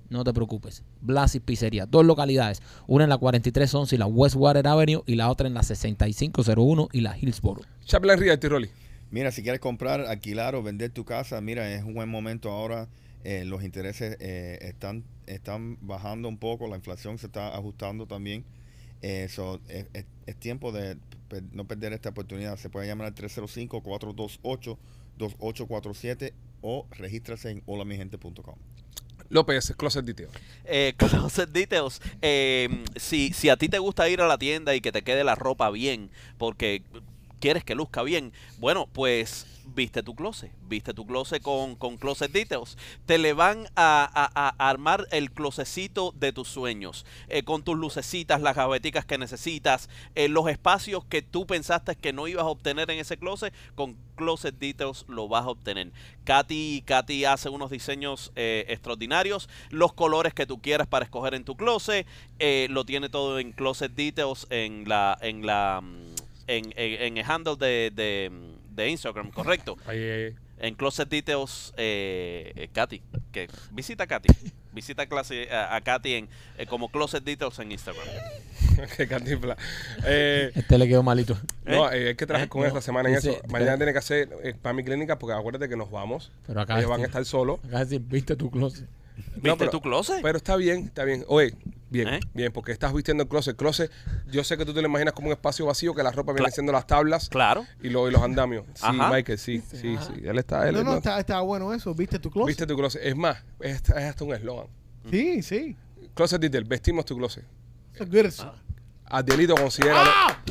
No te preocupes. Blasis Pizzería. Dos localidades. Una en la 4311 y la Westwater Avenue y la otra en la 6501 y la Hillsborough. Chaplin Realty, Rolly. Mira, si quieres comprar, alquilar o vender tu casa, mira, es un buen momento ahora. Eh, los intereses eh, están, están bajando un poco, la inflación se está ajustando también. Eh, so, es, es- es tiempo de per- no perder esta oportunidad. Se puede llamar al 305-428-2847 o regístrase en holamigente.com. López, Closet Detail. Eh, closet details. Eh, si, si a ti te gusta ir a la tienda y que te quede la ropa bien, porque quieres que luzca bien, bueno, pues viste tu closet. Viste tu closet con, con closet details. Te le van a, a- a armar el closecito de tus sueños, eh, con tus lucecitas, las gaveticas que necesitas, eh, los espacios que tú pensaste que no ibas a obtener en ese closet, con closet details lo vas a obtener. Katy, Katy hace unos diseños eh, extraordinarios. Los colores que tú quieras para escoger en tu closet. eh, lo tiene todo en Closet Details en la, en la mm, en, en- en el handle de, de, de Instagram, correcto. Ahí, ahí, ahí. En Closet Details, eh, eh, Katy. Que, visita a Katy. Visita clase, a, a Katy en, eh, como Closet Details en Instagram. Qué cantinfla. Eh, Este le quedó malito. No, eh, hay que trabajar con No, él esta semana en dice- eso. Mañana tiene que hacer eh, para mi clínica porque acuérdate que nos vamos. Pero acá Ellos van estoy- a estar solos. Acá decir, viste tu closet. ¿Viste tu closet? Pero pues, está bien, está bien. Oye, bien, ¿Eh? bien, porque estás vistiendo el closet. El closet, yo sé que tú te lo imaginas como un espacio vacío, que la ropa viene siendo las tablas Claro. y, lo- y los andamios. Sí, Ajá. Michael, sí, sí, sí. Él está, él No, él no, no- está, está bueno eso. ¿Viste tu closet? Viste tu closet. Es más, es, es hasta un eslogan. Sí, sí. Closet Detail, vestimos tu closet. It's a good Ah. song. Adelito considera. Ah,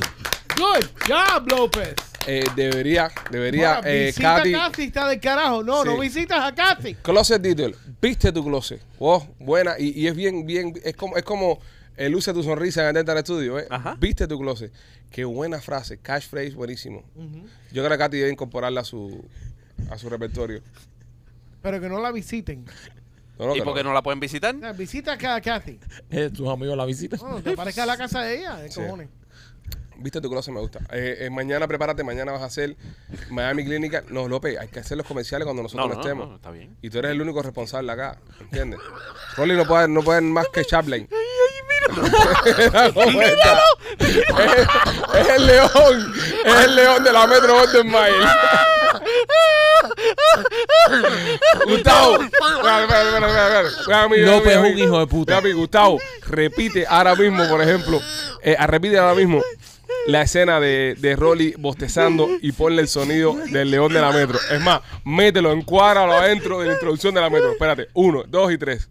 good job, López. eh, debería, debería, Ahora, eh, visita Katy. a Kathy, está del carajo. No, Sí. no visitas a Kathy. Closet Detail, viste tu closet. Oh, buena. Y, y es bien, bien, es como, es como eh, luce tu sonrisa en el Dental Studio, ¿eh? Ajá. Viste tu closet. Qué buena frase. Cash phrase, buenísimo. Yo creo que Katy debe incorporarla a su, a su repertorio. Pero que no la visiten. No, no, ¿Y que por qué no. no la pueden visitar? O sea, visita acá a Kathy. Eh, tus amigos la visitan. No, no te parezca a la casa de ella. de Sí. cojones. Viste tu closet, me gusta. Eh, eh, mañana prepárate, mañana vas a hacer Miami Clínica. No, López, hay que hacer los comerciales cuando No, nosotros no, no, no, estemos. no, está bien. Y tú eres el único responsable acá, ¿entiendes? Rolly no puede, no puede más que Chaplin. Mira cómo está. es, es el león, es el león de la Metro Golden Mile. Gustavo, espera, espera, espera, espera, espera. Ven a mí, ven a mí, López es ven a mí. pues, un hijo de puta. Ven a mí, Gustavo, repite ahora mismo, por ejemplo, eh, ah, repite ahora mismo la escena de, de Rolly bostezando y ponle el sonido del león de la Metro. Es más, mételo, encuádralo adentro de la introducción de la Metro. Espérate, uno, dos y tres.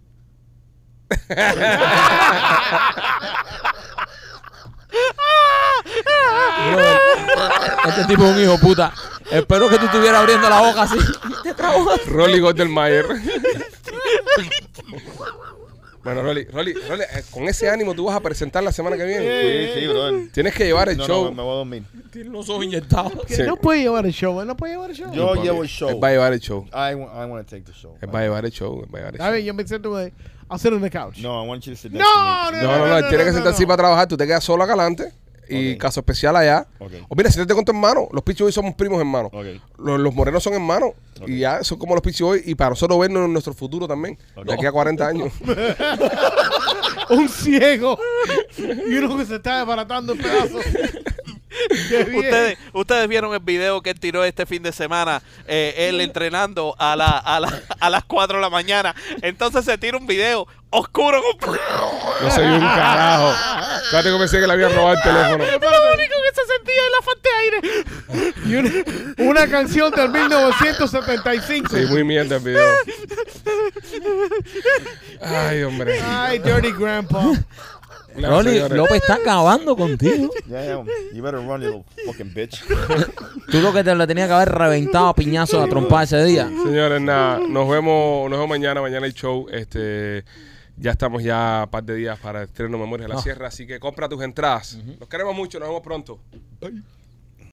Bro, este tipo es un hijo puta. Espero que tú estuvieras abriendo la boca así. Rolly Goldelmayer. Bueno, Rolly, Rolly, Rolly, eh, con ese ánimo tú vas a presentar la semana que viene. Sí, sí, brother. Tienes que llevar el No, show. no, me voy a dormir. Tiene los ojos inyectados. Que Sí. no puede llevar el show, él no puede llevar el show. Yo papi, llevo el show. Él va a llevar el show. I, wa- I want to take the show. Él va a llevar el show. Él va a llevar el A show. ver, yo me siento eh, a hacer una couch. No, I want you to sit no, next to me. No, no, no, él tiene que sentarse así para trabajar. Tú te quedas solo acá adelante. Y Ok. caso especial allá. Ok. O mira, siéntate con tu hermano. Los Pitchy Boys somos primos hermanos. Ok. Los, los morenos son hermanos. Y ya son como los Pitchy Boys. Y para nosotros vernos en nuestro futuro también. Ok. De aquí a 40 años. Un ciego y uno que se está desbaratando en pedazos. Qué bien. Ustedes, ustedes vieron el video que él tiró este fin de semana, eh, él entrenando a, la, a, la- a las 4 de la mañana. Entonces se tira un video oscuro. Con... No soy un carajo. Cállate que pensé que le habían robado el teléfono. que se sentía en la falta de aire. Y una, una canción del 1975. Sí, muy mierda el video. Ay, hombre. Ay, Dirty Grandpa. Nada, Rolly, señores. López está acabando contigo. Yeah, yeah, you better run, you little fucking bitch. Tú lo que te lo tenía que haber reventado a piñazo a trompada ese día. Señores, nada, nos vemos, nos vemos mañana, mañana el show. Este, ya estamos ya un par de días para el estreno Memorias de la No. Sierra, así que compra tus entradas. Los queremos mucho, nos vemos pronto.